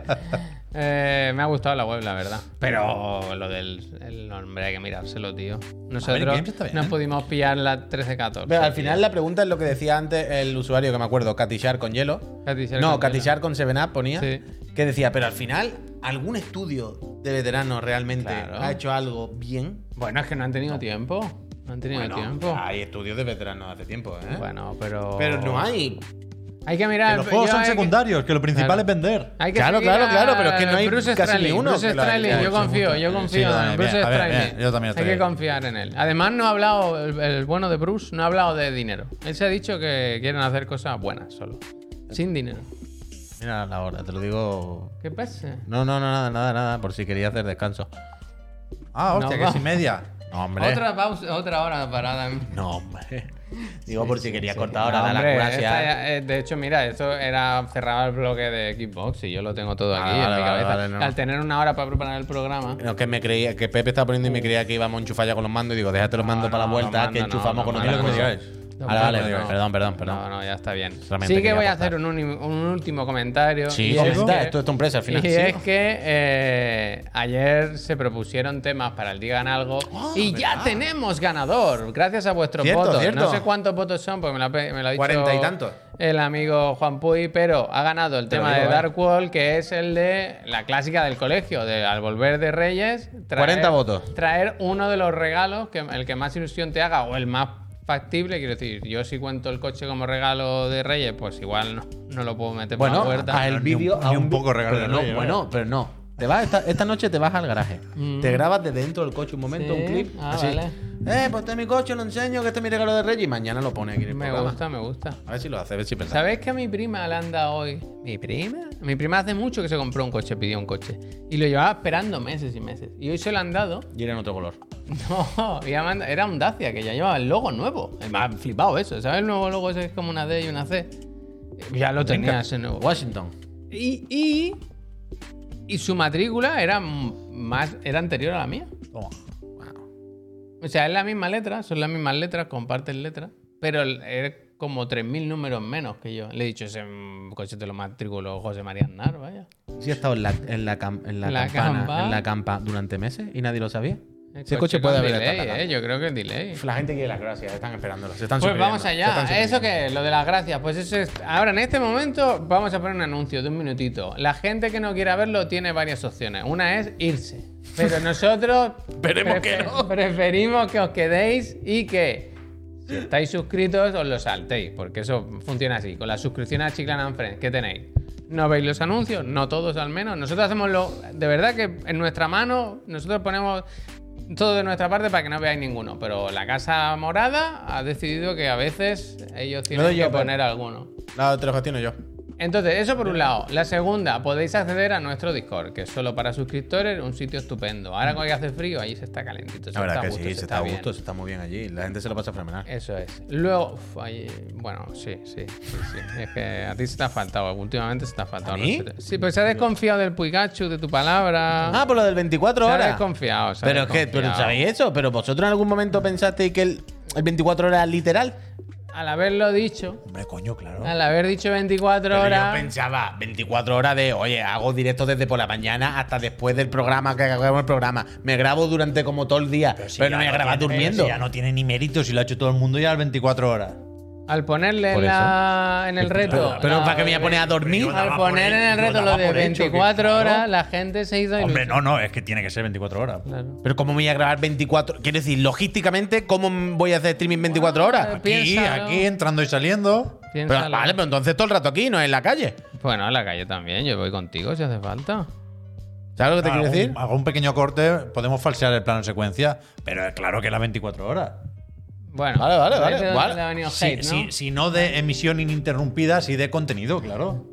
Eh, me ha gustado la web, la verdad. Pero lo del el nombre hay que mirárselo, tío. Nosotros Games está bien, nos ¿eh? pudimos pillar la 13-14. Pero al final la pregunta es lo que decía antes el usuario que me acuerdo, Katishar con hielo. Katishar no, con Katishar con 7up ponía. Sí. Que decía, pero al final, ¿algún estudio de veteranos realmente Claro. ha hecho algo bien? Bueno, es que no han tenido tiempo. No han tenido Bueno, tiempo. Hay estudios de veteranos hace tiempo, ¿eh? Bueno, pero. Pero no hay. Hay que Que mirar. los juegos yo son hay que- secundarios, que lo principal Claro. es vender. Hay que Claro, seguir claro, a claro, pero es que no hay Bruce casi Straley, ninguno Bruce que lo haya Straley, hecho yo confío, yo Sí, confío yo en también, Bruce a ver, Straley. bien, yo también Hay estoy que bien. confiar en él. Además, no ha hablado, el, el bueno de Bruce no ha hablado de dinero. Él se ha dicho que quieren hacer cosas buenas solo. Sin dinero. Mira la hora, te lo digo. ¿Qué pasa? No, no, no, nada, nada, nada, por si quería hacer descanso. Ah, hostia, No, que va. es y media. No, hombre. Otra pausa, otra hora parada. No, No, hombre. Digo por si quería cortar ahora, da hombre, las gracias. esta ya- eh, de hecho, mira, esto era cerraba el bloque de Xbox y yo lo tengo todo Ah, aquí vale, en mi vale, cabeza. vale, no. Al tener una hora para preparar el programa. No, que me creía, que Pepe estaba poniendo y me creía que íbamos a enchufar ya con los mandos. Y digo, déjate los mandos no, para la los vuelta, mandos que no, enchufamos los con mandos otra no. cosa. Los Vale, vale, mandos no. perdón, perdón, No, perdón. no, ya está bien. Solamente sí que quería voy a aportar. hacer un, uni- un último comentario. y Sí, es comenta, que- esto es tu empresa al final. Y sí. es que eh, ayer se propusieron temas para el Digan Algo y ya tenemos ganador, gracias a vuestros Ah, Cierto, votos. cierto. No sé cuántos votos son, porque me lo, ha pe- me lo ha dicho Cuarenta y tantos. el amigo Juan Puy, pero ha ganado el tema digo, de eh. Dark Wall, que es el de la clásica del colegio, de al volver de Reyes, 40 votos. Traer uno de los regalos, que, el que más ilusión te haga o el más factible, quiero decir, yo si cuento el coche como regalo de Reyes, pues igual no, no lo puedo meter por Bueno, la puerta. a el Ni un- vídeo. ni a un vi- poco regalo pero de no, Reyes, Bueno, pero no. Te vas esta, esta noche te vas al garaje. Te grabas de dentro del coche un momento, Sí. un clip. Ah, así. vale. Eh, pues este es mi coche, lo enseño, que este es mi regalo de Reyes. Y mañana lo pone aquí en el Me programa. gusta, me gusta. A ver si lo hace, a ver si pensamos. ¿Sabéis que a mi prima le han dado hoy? ¿Mi prima? Mi prima hace mucho que se compró un coche, pidió un coche. Y lo llevaba esperando meses y meses. Y hoy se lo han dado. Y era en otro color. No, y ya me han- era un Dacia que ya llevaba el logo nuevo. Y Me ha flipado eso. ¿Sabes el nuevo logo ese que es como una D y una C? Ya lo tenía ese nuevo. Washington. Y, y, y su matrícula era, más, era anterior a la mía. Toma. Oh, O sea, es la misma letra, son las mismas letras, comparten letras. pero es como 3.000 números menos que yo. Le he dicho, ese mm, coche te lo matriculó José María Aznar, vaya. Sí, ha estado en la, en la, cam- en la La campana, campa. en la campa durante meses y nadie lo sabía. El Ese coche puede con haber estado delay, atacado. eh, Yo creo que es delay. La gente quiere las gracias, están esperándolas. se están Pues suscribiendo, vamos se están allá. suscribiendo. ¿Eso qué? Lo de las gracias. Pues eso es. Ahora, en este momento, vamos a poner un anuncio de un minutito. La gente que no quiera verlo tiene varias opciones. Una es irse. Pero nosotros. Esperemos que no. Preferimos que os quedéis y que. Si estáis suscritos, os lo saltéis. Porque eso funciona así. Con la suscripción a Chiclan and Friends, ¿qué tenéis? No veis los anuncios, no todos al menos. Nosotros hacemos lo. De verdad que en nuestra mano, nosotros ponemos todo de nuestra parte para que no veáis ninguno, pero la Casa Morada ha decidido que a veces ellos tienen doy yo, que pero- poner alguno. No, te lo gestiono yo. Entonces, eso por un lado. La segunda, podéis acceder a nuestro Discord, que es solo para suscriptores, un sitio estupendo. Ahora cuando hace frío, ahí se está calentito. se La verdad está a que gusto, sí, se se está a bien. gusto, se está muy bien allí. La gente se lo pasa fenomenal. Eso es. Luego, uf, ahí- bueno, sí, sí, sí, sí. Es que a ti se te ha faltado, últimamente se te ha faltado. ¿A mí? No sé. Sí, pues se ha desconfiado del Pikachu, de tu palabra. Ah, por lo del 24 se ha horas. desconfiado. se ha Pero es que, pero desconfiado. ¿sabéis eso? ¿Pero vosotros en algún momento pensasteis que el, el 24 horas literal? Al haberlo dicho, Hombre, coño, claro. al haber dicho 24 Pero horas. yo pensaba, 24 horas de, oye, hago directo desde por la mañana hasta después del programa, que hagamos el programa. Me grabo durante como todo el día, pero, si no ya me grabas tiene- durmiendo. si ya no tiene ni mérito si lo ha hecho todo el mundo ya a las 24 horas. Al ponerle en, la- en el reto. Pero, pero la- ¿para qué me voy a poner a dormir? Pero yo Al daba poner por en el hecho, reto yo daba lo de por hecho que, 24 claro. horas, la gente se hizo. Hombre, ilusión. no, no, es que tiene que ser 24 horas. Claro. Pero ¿cómo me voy a grabar 24? Quiero decir, logísticamente, ¿cómo voy a hacer streaming Ah, 24 Bueno, horas? eh, Aquí, Piénsalo. aquí, entrando y saliendo. Pero, Piénsalo. vale, pero entonces todo el rato aquí, no en la calle. Bueno, a la calle también, yo voy contigo si hace falta. ¿Sabes lo que te Hago Ah, quiero un- decir? hago un pequeño corte, podemos falsear el plano en secuencia, pero eh, claro que las 24 horas. Bueno, Vale, vale, ahí vale, es donde vale. le ha venido Si, hate, si- ¿no? si no de emisión ininterrumpida, sí de contenido, claro.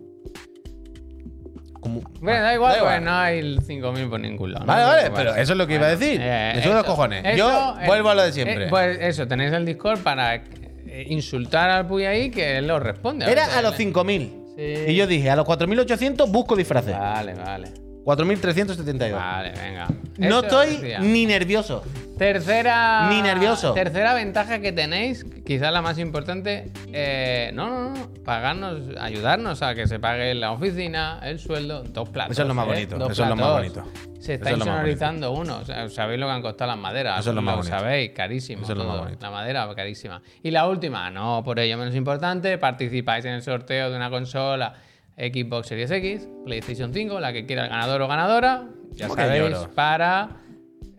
Como- Bueno, da igual, Da igual. pues no hay el 5.000 por ningún lado. Vale, no vale, te pero preocupes. eso es lo que iba a decir. Eh, eso de los cojones. Yo eso, eh, vuelvo a lo de siempre. eh, pues eso, tenéis el Discord para eh, insultar al Puy ahí que él os responde. Era veces, a los ¿eh? 5.000. Sí. Ah. Y yo dije, a los 4.800 busco disfraces. Vale, vale. 4.372. Vale, venga. No Ah. Eso estoy decía. ni nervioso. Tercera. Ni nervioso. Tercera ventaja que tenéis, quizás la más importante, eh, no, no, no, pagarnos, ayudarnos a que se pague la oficina, el sueldo, dos platos. Eso es lo más ¿eh? bonito, Dos eso es lo más platos. bonito. Se está Eso es lo más insonorizando uno. o sea, Sabéis lo que han costado las maderas. Eso es lo más bonito. sabéis, carísimo. Eso es lo más todo. bonito. La madera, carísima. Y la última, no por ello menos importante, participáis en el sorteo de una consola Xbox Series X, PlayStation 5, la que quiera el ganador o ganadora. Ya ¿Cómo que sabéis, lloro? para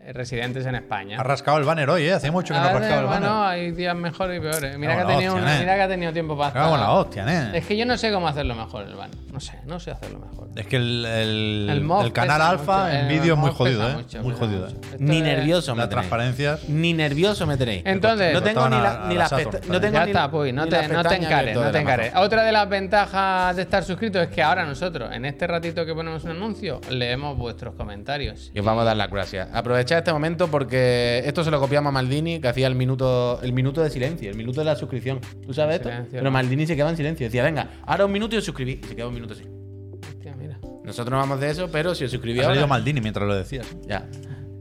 eh, residentes en España. Ha rascado el banner hoy, ¿eh? Hace mucho que no ha Ahora, rascado el banner. bueno, hay días mejores y peores. Mira, que Cago ha en la tenido hostia, una- nen. mira que ha tenido tiempo para Cago en hacer- la hostia, eh. nen. Es que yo no sé cómo hacerlo mejor, el van. No sé, no sé hacerlo mejor. Es que el, el- El mod el canal pesa alfa mucho, en el vídeo es muy mod jodido, pesa ¿eh? mucho, muy pesa jodido, ¿eh? mucho. Esto Ni es- nervioso me Las tenéis. transparencias. Ni nervioso me tenéis. Entonces, No tengo ni, Cortaban la- a- ni a las la Saturn, pesta- no ¿eh? tengo ya ni- está, Puy, no ni las te, no te pestañas encares, abiertas no de te la encares. Amazon. Otra de las ventajas de estar suscrito es que ahora nosotros, en este ratito que ponemos un anuncio, leemos vuestros comentarios. Y os vamos a dar las gracias. Aprovechad este momento porque esto se lo copiamos a Maldini, que hacía el minuto, el minuto de silencio, el minuto de la suscripción. ¿Tú sabes esto? Silencio, Pero ¿no? Maldini se quedaba en silencio. Decía, venga, ahora un minuto y os suscribí. Y se quedaba un minuto así. Hostia, mira. Nosotros no vamos de eso, pero si os suscribís Ha salido ahora. Maldini mientras lo decías. Ya.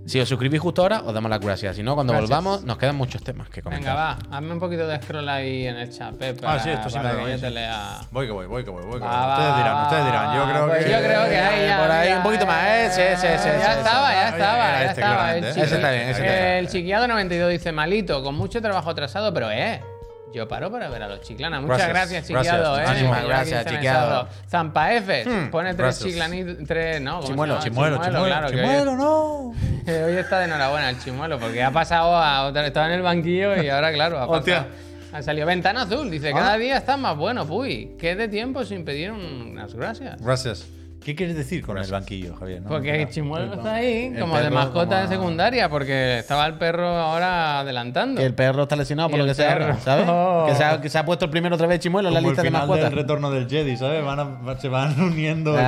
Si os suscribís justo ahora, os damos las gracias. Si no, cuando Gracias. volvamos, nos quedan muchos temas que comentar. Venga, va, hazme un poquito de scroll ahí en el chat, Pep, para, sí, esto sí para me lo que yo veis. te lea. Voy que voy, voy que voy, voy que Va, voy. va, Ustedes dirán, va, ustedes dirán. Yo va, creo Ah, pues que. yo creo que ahí ya. Por ahí mira, un poquito más, eh, sí, sí, sí, Ya sí, estaba, ya sí. Oye, estaba, era ya este estaba. claramente, El ¿eh? chiqui- Ese está bien, ese está bien. El chiquiado92 dice: Malito, con mucho trabajo atrasado, pero eh. Yo paro para ver a los chiclanas. Muchas gracias, Gracias, chiquiado. gracias, Hmm, eh, ánimo, que lleva gracias, 15 chiquiado. mensados. Zampa F, pone tres gracias. chiclanitos. Tres, no, ¿cómo se Chimuelo, llama? Chimuelo, chimuelo, claro. que chimuelo, no. hoy, hoy está de enhorabuena el chimuelo, porque ha pasado a otra. Estaba en el banquillo y ahora, claro, ha pasado. Hostia. Ah. Ha salido Ventana Azul, dice: Cada día está más bueno, puy. ¿Qué de tiempo sin pedir un- unas gracias? Gracias. ¿Qué quieres decir con el banquillo, Javier? No, Porque espera. Chimuelo está ahí el como de perro mascota como- de secundaria, porque estaba el perro ahora adelantando. Que el perro está lesionado por Y lo el que sea, ahora, perro. Oh. ¿sabes? Que se, ha, que se ha puesto el primero otra vez Chimuelo en la Como lista el de final mascotas. del retorno del Jedi, ¿sabes? Van a- se van uniendo Ah,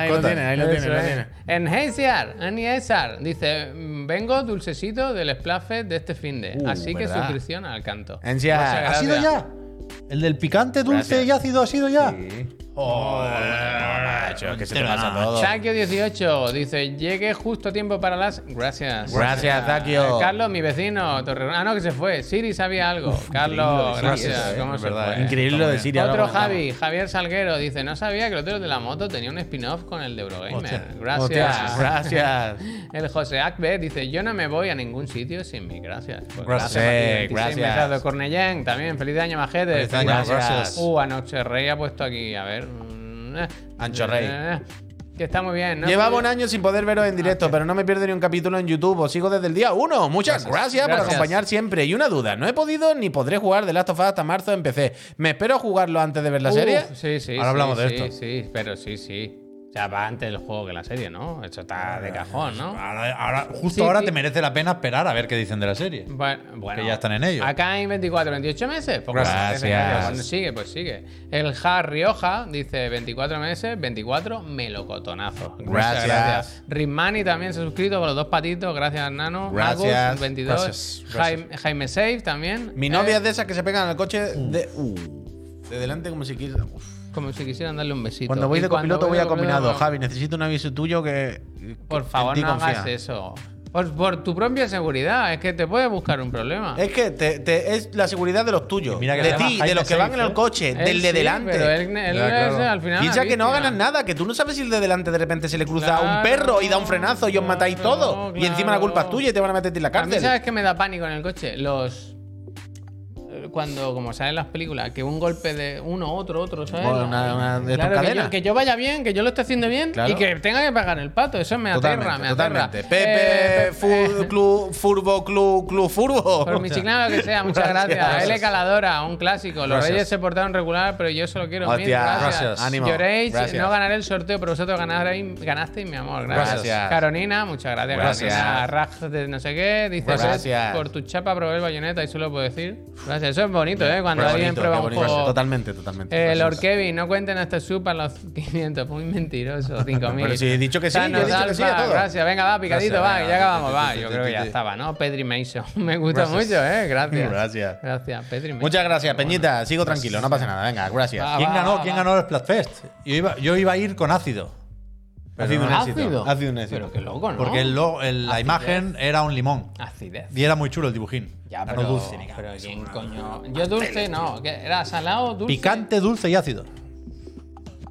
ahí lo espíritus de tiene, mascotas. ahí lo Eso tiene, lo es. tiene. En Heisear, Annie Esar, dice: "Mm, Vengo dulcecito del Splatfest de este fin de. Uh, así que ¿verdad? suscripción al canto. Ensiar. Muchas ¿Ha gracias. sido ya? ¿El del picante dulce Gracias. y ácido ha sido ya? Sí. Ah, Joder, 18, es que se este te entero pasa nada. todo. Sakio18 dice: Llegué justo a tiempo para las. Gracias. Gracias, Sakio. Eh, Carlos, mi vecino. Torreón. Ah, no, que se fue. Siri sabía algo. Carlos, gracias. eh, ¿Cómo es se verdad, fue? eh. Increíble lo de Otro Siria. ahora Otro lo contamos. Javi, Javier Salguero, dice: No sabía que el hotel de la moto tenía un spin-off con el de Eurogamer. Hostia. Gracias. Gracias, gracias. El José Acbe dice: Yo no me voy a ningún sitio sin mi gracias. Pues Gracias, Mati, 26 gracias. mensajes. Cornellán también. Feliz año, Majete. Feliz año, gracias. Uh, Anoche Rey ha puesto aquí, a ver. mm, eh. Ancho Rey. Eh, Que está muy bien, ¿no? Uh, Llevaba un año sin poder veros en directo, pero no me pierdo ni un capítulo en YouTube. Os sigo desde el día 1. Muchas gracias, por Gracias. acompañar siempre. Y una duda, no he podido ni podré jugar The Last of Us hasta marzo en PC. ¿Me espero jugarlo antes de ver la Uf, serie? Sí, sí. Ahora sí, hablamos de sí, esto. Sí, pero sí, sí. O sea, va antes del juego que la serie, ¿no? Eso está de cajón, ¿no? Ahora, ahora- justo Sí, ahora sí. te merece la pena esperar a ver qué dicen de la serie. Bu- Bueno, Que ya están en ello. Acá hay 24, 28 meses. Pues Gracias. gracias. Cuando sigue, pues sigue. El Ja Rioja dice 24 meses, 24 melocotonazos. Muchas Gracias. Rimani también se ha suscrito con los dos patitos. Gracias, Nano. Gracias. Agus, 22. Gracias, gracias. Jaime, Jaime Safe también. Mi Eh, novia es de esas que se pegan al coche de. Uh, de delante como si quisiera. Uf. Como si quisieran darle un besito. Cuando voy Y de copiloto voy a copiloto, combinado. no. Javi, necesito un aviso tuyo que. Por que favor, en ti no confía. hagas eso. Por, por tu propia seguridad, es que te puede buscar un problema. Es que te- te- es la seguridad de los tuyos. Y mira que se de llama ti, de Jaime los que van en Saiz, el ¿eh? coche, Él del de sí, delante. Pero él, él Ya, es, claro. al final. Piensa la que no víctima. ganas nada, que tú no sabes si el de delante de repente se le cruza a Claro, un perro y da un frenazo y os matáis claro, todos. Y encima la culpa es claro. tuya y te van a meter en la A mí, cárcel. ¿sabes que me da pánico en el coche? Los. eh, Cuando, como salen las películas, que un golpe de uno, otro, otro, ¿sabes? Bueno, una- una de Claro, estas que, cadenas. yo, que yo vaya bien, que yo lo esté haciendo bien Claro. y que tenga que pagar el pato. Eso me aterra, Totalmente, me aterra. totalmente. Eh, Pepe, Fu- Club, Furbo, Club, Club Furbo. Por mi chiclana, lo que sea, muchas gracias. L Caladora, un clásico. Los Gracias. Reyes se portaron regular, pero yo solo quiero mil. Hostia, Gracias. gracias. Ánimo. Lloréis, Gracias. no ganaré el sorteo, pero vosotros ganasteis, ganasteis mi amor. Gracias. Gracias. Carolina, muchas gracias. Gracias. Carolina Raj de no sé qué. Dice, Gracias. "Seth, por tu chapa probé el bayoneta y solo puedo decir. Gracias. Eso es bonito, ¿eh? Cuando Qué alguien bonito, prueba qué un bonito. juego. Totalmente, totalmente. Eh, Gracias. Lord Kevin, no cuenten hasta su para los 500. Muy mentiroso, 5000. Pero si he dicho que sí, yo he Thanos dicho que sí a Alpha, todo. Gracias, venga, va, picadito, Gracias, va, y ya venga, va. acabamos, va. Ti, ti, Yo ti, creo que ya ti. estaba, ¿no? Pedri Mason. Me gusta mucho, ¿eh? Gracias. Gracias. Gracias, Pedri Mason. Muchas gracias, Peñita. Sigo tranquilo, no pasa nada. Venga, gracias. Ah, Va, ¿Quién va, ganó? va. ¿Quién ganó el Splatfest? Yo iba, yo iba a ir con ácido. Ha sido un Ácido. éxito. Ha sido un éxito. Pero qué loco, ¿no? Porque el lo- el- la imagen era un limón. Acidez. Y era muy chulo el dibujín. Ya, Ganó pero, dulce. ni pero ¿quién coño? Yo dulce no, que era salado, dulce. Picante, dulce y ácido.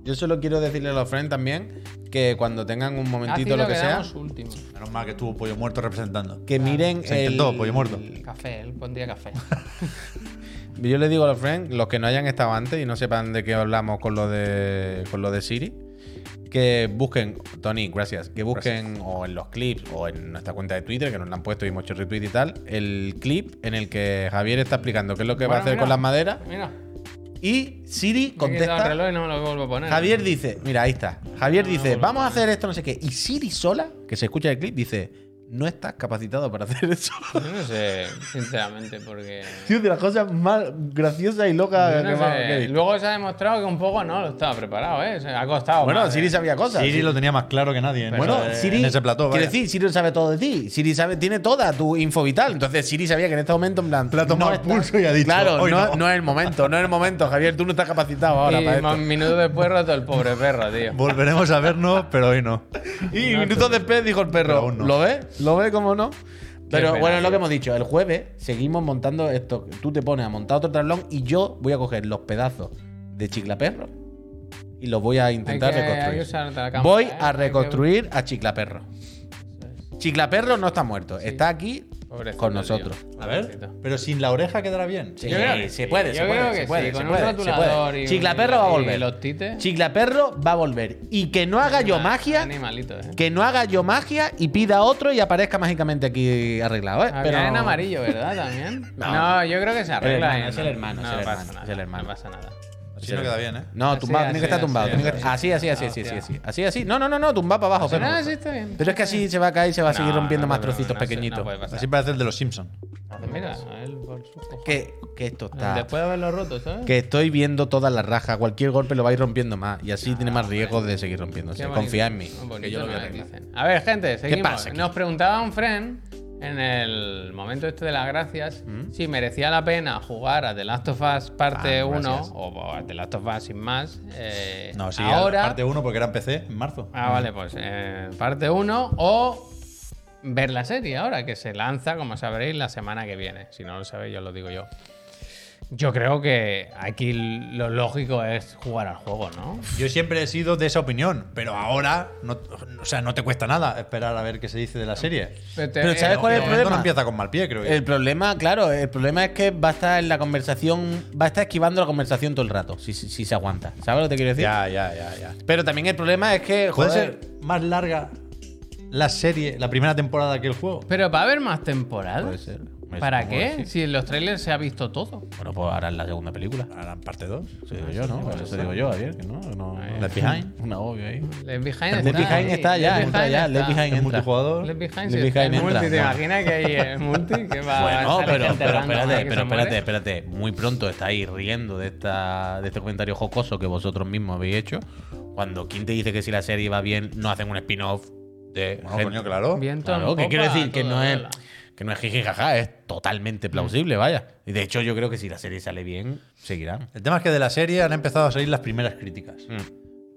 Yo solo quiero decirle a los friends también que cuando tengan un momentito, Ácido lo que sea, Ah, quedamos último. Menos mal que estuvo Pollo Muerto representando. que miren Se intentó, el- pollo muerto. Café, él pondría café. Yo le digo a los friends, los que no hayan estado antes y no sepan de qué hablamos con lo de con lo de Siri, que busquen, Tony, gracias, que busquen o en los clips o en nuestra cuenta de Twitter, que nos la han puesto y hemos hecho retweet y tal, el clip en el que Javier está explicando qué es lo que va a Bueno, hacer mira. con las maderas Mira, y Siri me he quitado el contesta. reloj Ah, y no me lo vuelvo a poner. Javier dice, mira, ahí está. Javier dice, vamos a hacer esto, no sé qué. Y Siri sola, que se escucha el clip, dice, no estás capacitado para hacer eso. Yo no sé, sinceramente, porque. Tío, de las cosas más graciosas y Yo locas no que más- que he sé. visto. Luego se ha demostrado que un poco no lo estaba preparado, ¿eh? Se ha costado. ¿eh? Bueno, madre. Siri sabía cosas. Siri lo tenía más claro que nadie. ¿no? Bueno, Eh, Siri. En ese plató, quiero vaya. decir, Siri lo sabe todo de ti. Siri sabe, tiene toda tu info vital. Entonces, Siri sabía que en este momento, en plan. Le ha tomado el pulso y ha dicho, Claro, "Hoy no, no". no es el momento, no es el momento, Javier. Tú no estás capacitado ahora y para más esto. minutos después roto el pobre perro, tío. Volveremos a vernos, pero hoy no. Y minutos después dijo el Pero perro. aún no. ¿Lo ves? ¿Lo ves cómo no? Pero pena, bueno, es lo tío. que hemos dicho. El jueves seguimos montando esto. Tú te pones a montar otro traslón y yo voy a coger los pedazos de chiclaperro y los voy a intentar Hay que- hay que reconstruir. usar la cámara, voy ¿eh? a Hay que- reconstruir a chiclaperro. Chiclaperro no está muerto, está aquí Pobrecito, con tío. nosotros. A ver, Pobrecito. pero sin la oreja quedará bien. Sí, Yo creo que se sí. puede, Yo se creo puede, que se puede, sí, con se un puede, se rotulador puede. y un- Chiclaperro va a y volver. los tites. Chiclaperro va a volver. Y que no haga yo Anima- magia, Animalito, ¿eh? que no haga yo magia y pida otro y aparezca mágicamente aquí arreglado, ¿eh? Había Pero en amarillo, ¿verdad? También. No. no. yo creo que se arregla. hermano, ¿eh? es el hermano, No es el pasa hermano, nada, es el hermano. No pasa nada. Así no queda bien, ¿eh? No, Así, tumbado, tiene así, que estar tumbado. así, tiene que- Así, así, así, Ah, así, así, hostia. así. Así, así. No, no, no, no, tumbado para abajo. No, pero- sí, está bien. Pero es que así se va a caer y se va a seguir No, rompiendo no, más no, no, trocitos no, pequeñitos. no puede pasar. Así parece el de los Simpsons. Mira, a él por su cojo. que, que esto está. Después de haberlo roto, ¿sabes? Que estoy viendo todas las rajas. Cualquier golpe lo vais rompiendo más. Y así tiene más riesgo de seguir rompiéndose. Qué bonito. Confía en mí. Bonito Que yo lo voy a me arreglar. dicen. A ver, gente, seguimos. pasa aquí? Nos preguntaba un friend en el momento este de las gracias ¿Mm? si merecía la pena jugar a The Last of Us parte Ah, 1 gracias. o, o a The Last of Us sin más. eh, No, sí, ahora, parte 1 porque era en PC en marzo. Ah, Mm. vale, pues eh, parte 1 o ver la serie ahora, que se lanza, como sabréis, la semana que viene. Si no lo sabéis, yo os lo digo yo. Yo creo que aquí lo lógico es jugar al juego, ¿no? Yo siempre he sido de esa opinión, pero ahora, no, o sea, no te cuesta nada esperar a ver qué se dice de la serie. te- Pero ¿sabes eh, cuál es el eh, De momento problema? No empieza con mal pie, creo yo. El problema, claro, el problema es que va a estar en la conversación, va a estar esquivando la conversación todo el rato, si, si- si se aguanta. ¿Sabes lo que te quiero decir? Ya, ya, ya, ya. Pero también el problema es que, ¿Puede joder, ser más larga la serie, la primera temporada que el juego? Pero va a haber más temporadas. Puede ser. Es ¿Para como qué? decir. Si en los trailers se ha visto todo. bueno, pues ahora es la segunda película. ¿Harán parte 2? Eso digo yo, ¿no? Eso digo yo, Javier, que no, que no. Left Behind. Una obvio ahí. Left Behind Left está, Behind ahí, está ya, Left entra Behind ya, está. Left Behind ¿En entra. multijugador? Left Behind, Left sí, está en Behind multi. entra, ¿Te no. imaginas que hay eh, multi que va a Bueno, estar pero, gente pero random ahí espérate, que pero se muere? espérate, espérate. Muy pronto estáis riendo de, esta, de este comentario jocoso que vosotros mismos habéis hecho. Cuando quien te dice que si la serie va bien, no hacen un spin-off de. Bueno, gente- coño, claro. Viento en Claro, que popa, quiero decir que todo, no es. hola. Que no es jiji jaja, es totalmente Mm. plausible, vaya. Y de hecho, yo creo que si la serie sale bien, seguirán. El tema es que de la serie han empezado a salir las primeras críticas. Mm.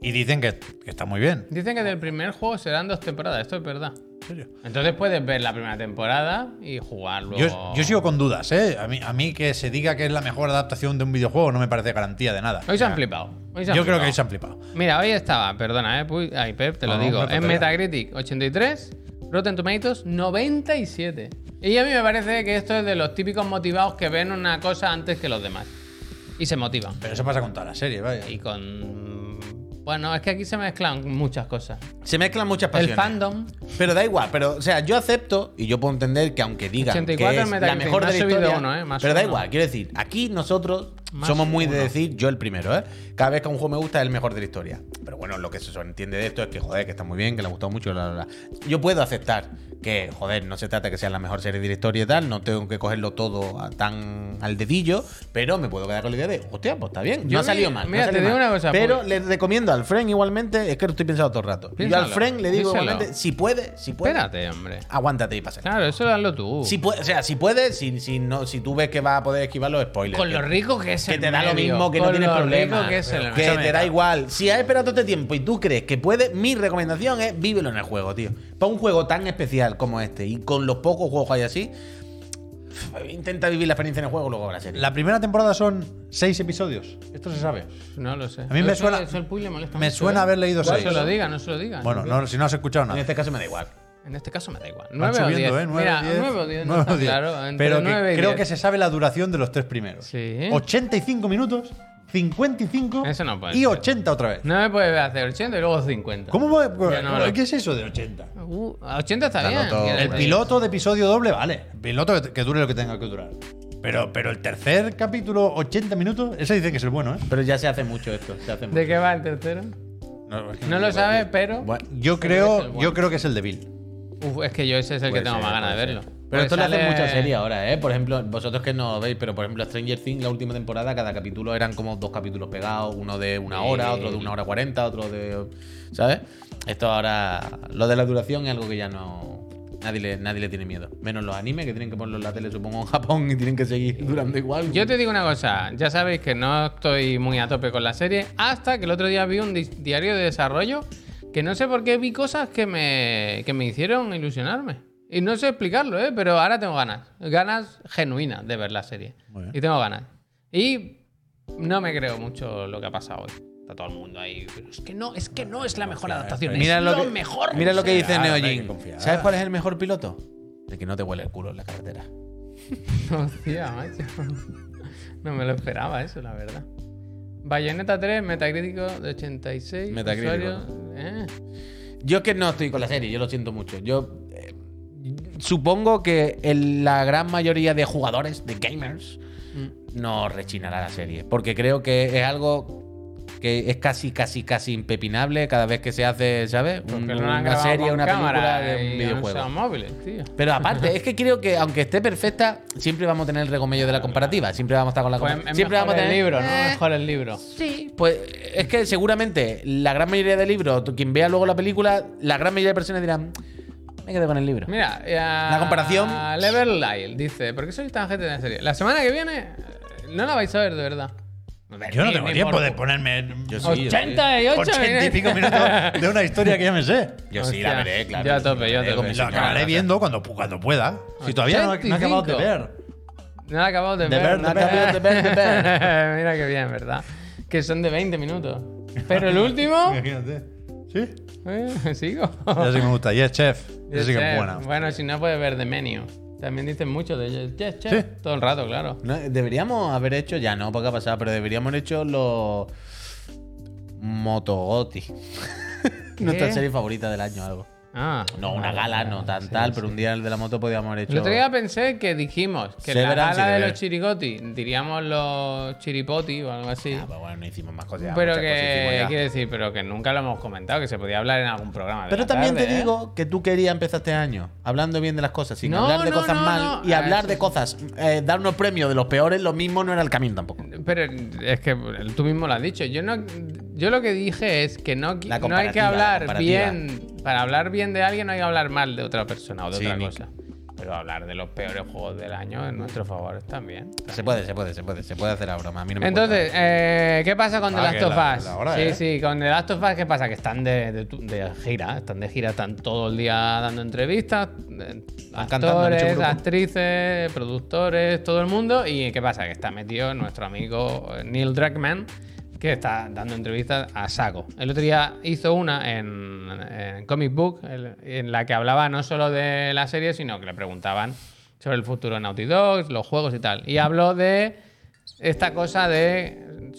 Y dicen que, que está muy bien. Dicen que del primer juego serán dos temporadas, esto es verdad. ¿En serio? Entonces puedes ver la primera temporada y jugar luego. Yo, yo sigo con dudas, ¿eh? A mí, a mí que se diga que es la mejor adaptación de un videojuego no me parece garantía de nada. Hoy se han flipado. Hoy se han Yo creo flipado. que ahí se han flipado. Mira, hoy estaba, perdona, eh, Puy- ay, Pep, te lo No, digo. hombre, En tontería. Metacritic 83, Rotten Tomatoes 97. Y a mí me parece que esto es de los típicos motivados que ven una cosa antes que los demás. Y se motivan. Pero eso pasa con toda la serie, vaya. Y con. Bueno, es que aquí se mezclan muchas cosas. Se mezclan muchas El pasiones. fandom. Pero da igual, pero, o sea, yo acepto y yo puedo entender que aunque digan 84 que en es la Metacritic, mejor me ha de la subido historia, uno, ¿eh? Me ha pero da subido igual, uno. quiero decir, aquí nosotros Me ha somos subido muy de uno. decir yo el primero, ¿eh? Cada vez que un juego me gusta es el mejor de la historia. Pero bueno, lo que se entiende de esto es que, joder, que está muy bien, que le ha gustado mucho, la, la, la. Yo puedo aceptar que, joder, no se trata que sea la mejor serie de la historia y tal, no tengo que cogerlo todo a- tan al dedillo, pero me puedo quedar con la idea de, hostia, pues está bien, Yo no ha salido mi- mal. no mira, ha te salido digo mal. una cosa, Pero pues- le recomiendo al Fren igualmente, es que lo estoy pensando todo el rato. Piénsalo, yo al Fren le digo díselo. igualmente, si puede, si puede Espérate, hombre. aguántate y pasa. Claro, eso hazlo tú. Si puede, o sea, si puedes, si, si, no, si tú ves que vas a poder esquivar los spoilers. con que- lo rico que es que el te da lo medio, mismo, que no con tienes lo problema. rico que es el que medio. te da igual. Si has esperado todo este tiempo y tú crees que puedes, mi recomendación es vívelo en el juego, tío. Para un juego tan especial como este y con los pocos juegos que hay así, intenta vivir la experiencia en el juego luego verás la serie. La primera temporada son seis episodios. Esto se sabe. No lo sé. A mí me Eso- suena- eso al Puy le molesta me mucho, suena ¿eh? haber leído No seis. se lo diga, Ah, no se lo diga. Bueno, no- si no has escuchado En nada. este caso me da igual. En este caso me da igual. Van 9 o 10. subiendo, ¿eh? 9 Mira, o 10. 9 o 10, no 9 o está 10. claro. Entre Pero que 9 y creo 10. que se sabe la duración de los tres primeros. Sí. 85 minutos, 55 Eso no puede y ser. 80 otra vez. No me puedes hacer 80 y luego 50. ¿Cómo voy- Yo no lo- ¿Qué es eso de 80? Uh, 80 está Está bien. roto, quiero El decir. piloto de episodio doble vale. El piloto que, que dure lo que tenga que durar. Pero, pero el tercer capítulo, 80 minutos, ese dice que es el bueno, ¿eh? Pero ya se hace mucho esto. Se hace mucho. ¿De qué va el tercero? No, es que No no lo sé sabes, pero. cuál. Yo es el creo, bueno. yo creo que es el de Bill. Uf, es que yo ese es el que Puede tengo ser, más ganas de puede verlo. Pero Porque esto lo hacen Pues sale- muchas series ahora, ¿eh? Por ejemplo, vosotros que no lo veis, pero por ejemplo, Stranger Things, la última temporada, cada capítulo eran como dos capítulos pegados, uno de una hora, otro de una hora cuarenta, otro de. ¿Sabes? Esto ahora. Lo de la duración es algo que ya no. Nadie le, nadie le tiene miedo. Menos los animes que tienen que ponerlo en la tele, supongo, en Japón y tienen que seguir durando igual. Yo te digo una cosa, ya sabéis que no estoy muy a tope con la serie, hasta que el otro día vi un di- diario de desarrollo que no sé por qué vi cosas que me, que me hicieron ilusionarme. Y no sé explicarlo, ¿eh? pero ahora tengo ganas. Ganas genuinas de ver la serie. Muy bien. Y tengo ganas. Y no me creo mucho lo que ha pasado hoy. Está todo el mundo ahí. "Pero es que no, es que no es la mejor adaptación. mira es lo lo, que- mejor. Mira lo que dice Claro, hay que Neojin. confiar. ¿Sabes cuál es el mejor piloto? El que no te huele el culo en la carretera. Hostia, macho. No me lo esperaba eso, la verdad. Bayonetta 3, Metacrítico de 86. Metacrítico, usuario, ¿eh? Yo es que no estoy con la serie, yo lo siento mucho. Yo eh, supongo que el- la gran mayoría de jugadores, de gamers, no rechinará la serie. Porque creo que es algo que es casi, casi, casi impepinable cada vez que se hace, ¿sabes? Porque Un- no la han una grabado serie, con una película cámara de y un han videojuego. usado móviles, tío. Pero aparte, es que creo que aunque esté perfecta, siempre vamos a tener el regomello de la comparativa. Siempre vamos a estar con la Pues es comparativa. mejor siempre vamos a tener el libro, ¿no? Eh, Mejor el libro. Sí, pues es que seguramente la gran mayoría de libros, tú, quien vea luego la película, la gran mayoría de personas dirán, Me quedo con el libro. Mira, ya- La comparación. Lever Lyle dice: ¿Por qué sois tan gente de la serie? La semana que viene eh, no la vais a ver de verdad. Yo no Ni- tengo ni tiempo por- de ponerme Yo sí. 88 80 y pico minutos de una historia que ya me sé. Yo sí, Hostia, la veré, claro. yo a tope, yo La a veré con mi tope. Lo señora. acabaré viendo cuando, cuando pueda. Si todavía no, no he acabado de 85. ver. No la acabo de De ver. ver, no de ver, acabo de ver, de Mira qué bien, ¿verdad? Que son de 20 minutos. Pero el último. Imagínate. ¿Sí? eh, Sigo. Ya sí que me gusta. Yes, chef. Ya sí que Chef. es buena. Bueno, si no puedes ver The Menu. También dicen mucho de ellos. Chef, chef. Sí. Todo el rato, claro. No, deberíamos haber hecho, ya no, porque ha pasado, pero deberíamos haber hecho los. Motogoti. Nuestra serie favorita del año, algo. Ah. No, una gala, no tan tal, pero un día el de la moto podíamos haber hecho. El otro día pensé que dijimos que en la Severance gala y de deber. los chirigoti diríamos los chiripoti o algo así. Ah, pues bueno, no hicimos más cosas. pero muchas cosas hicimos que, ya. quiero decir, pero que nunca lo hemos comentado, que se podía hablar en algún programa. de Pero la también te tarde, ¿eh? digo que tú querías empezar este año hablando bien de las cosas, sin No, hablar de no, cosas no, mal no. y Ah, hablar sí, de sí. cosas, eh, darnos premios de los peores, lo mismo no era el camino tampoco. Pero es que tú mismo lo has dicho. Yo no, yo lo que dije es que no, La no hay que comparativa, la hablar comparativa. bien. Para hablar bien de alguien no hay que hablar mal de otra persona o de Sí, otra Nick. cosa. Pero hablar de los peores juegos del año en nuestro favor también. Se puede, se puede, se puede, se puede hacer la broma. A mí no me Entonces, eh, ¿qué pasa con The Ah, Last que of la- Us? la hora, sí, ¿eh? sí, con The Last of Us, ¿qué pasa? Que están de, de tu- de gira, están de gira, están todo el día dando entrevistas, eh, cantando, han hecho actores, grupo. actrices, productores, todo el mundo. ¿Y qué pasa? Que está metido nuestro amigo eh, Neil Druckmann, que está dando entrevistas a saco. El otro día hizo una en, en Comic Book, el- en la que hablaba no solo de la serie, sino que le preguntaban sobre el futuro de Naughty Dogs, los juegos y tal. Y habló de esta cosa de.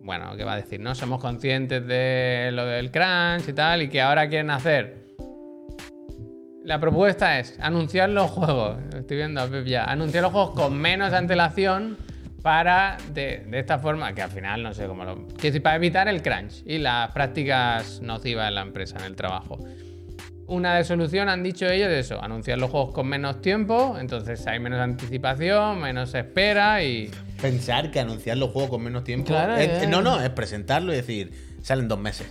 Bueno, ¿qué va a decir? ¿No? Somos conscientes de lo del crunch y tal, y que ahora quieren hacer. La propuesta es anunciar los juegos. Estoy viendo a Pep ya. Anunciar los juegos con menos antelación para, de, de esta forma, que al final no sé cómo lo. Que si para evitar el crunch y las prácticas nocivas en la empresa, en el trabajo. Una de solución han dicho ellos es eso, anunciar los juegos con menos tiempo, entonces hay menos anticipación, menos espera y Pensar que anunciar los juegos con menos tiempo. Claro, es- ya, ya. No, no, es presentarlo y decir, salen dos meses.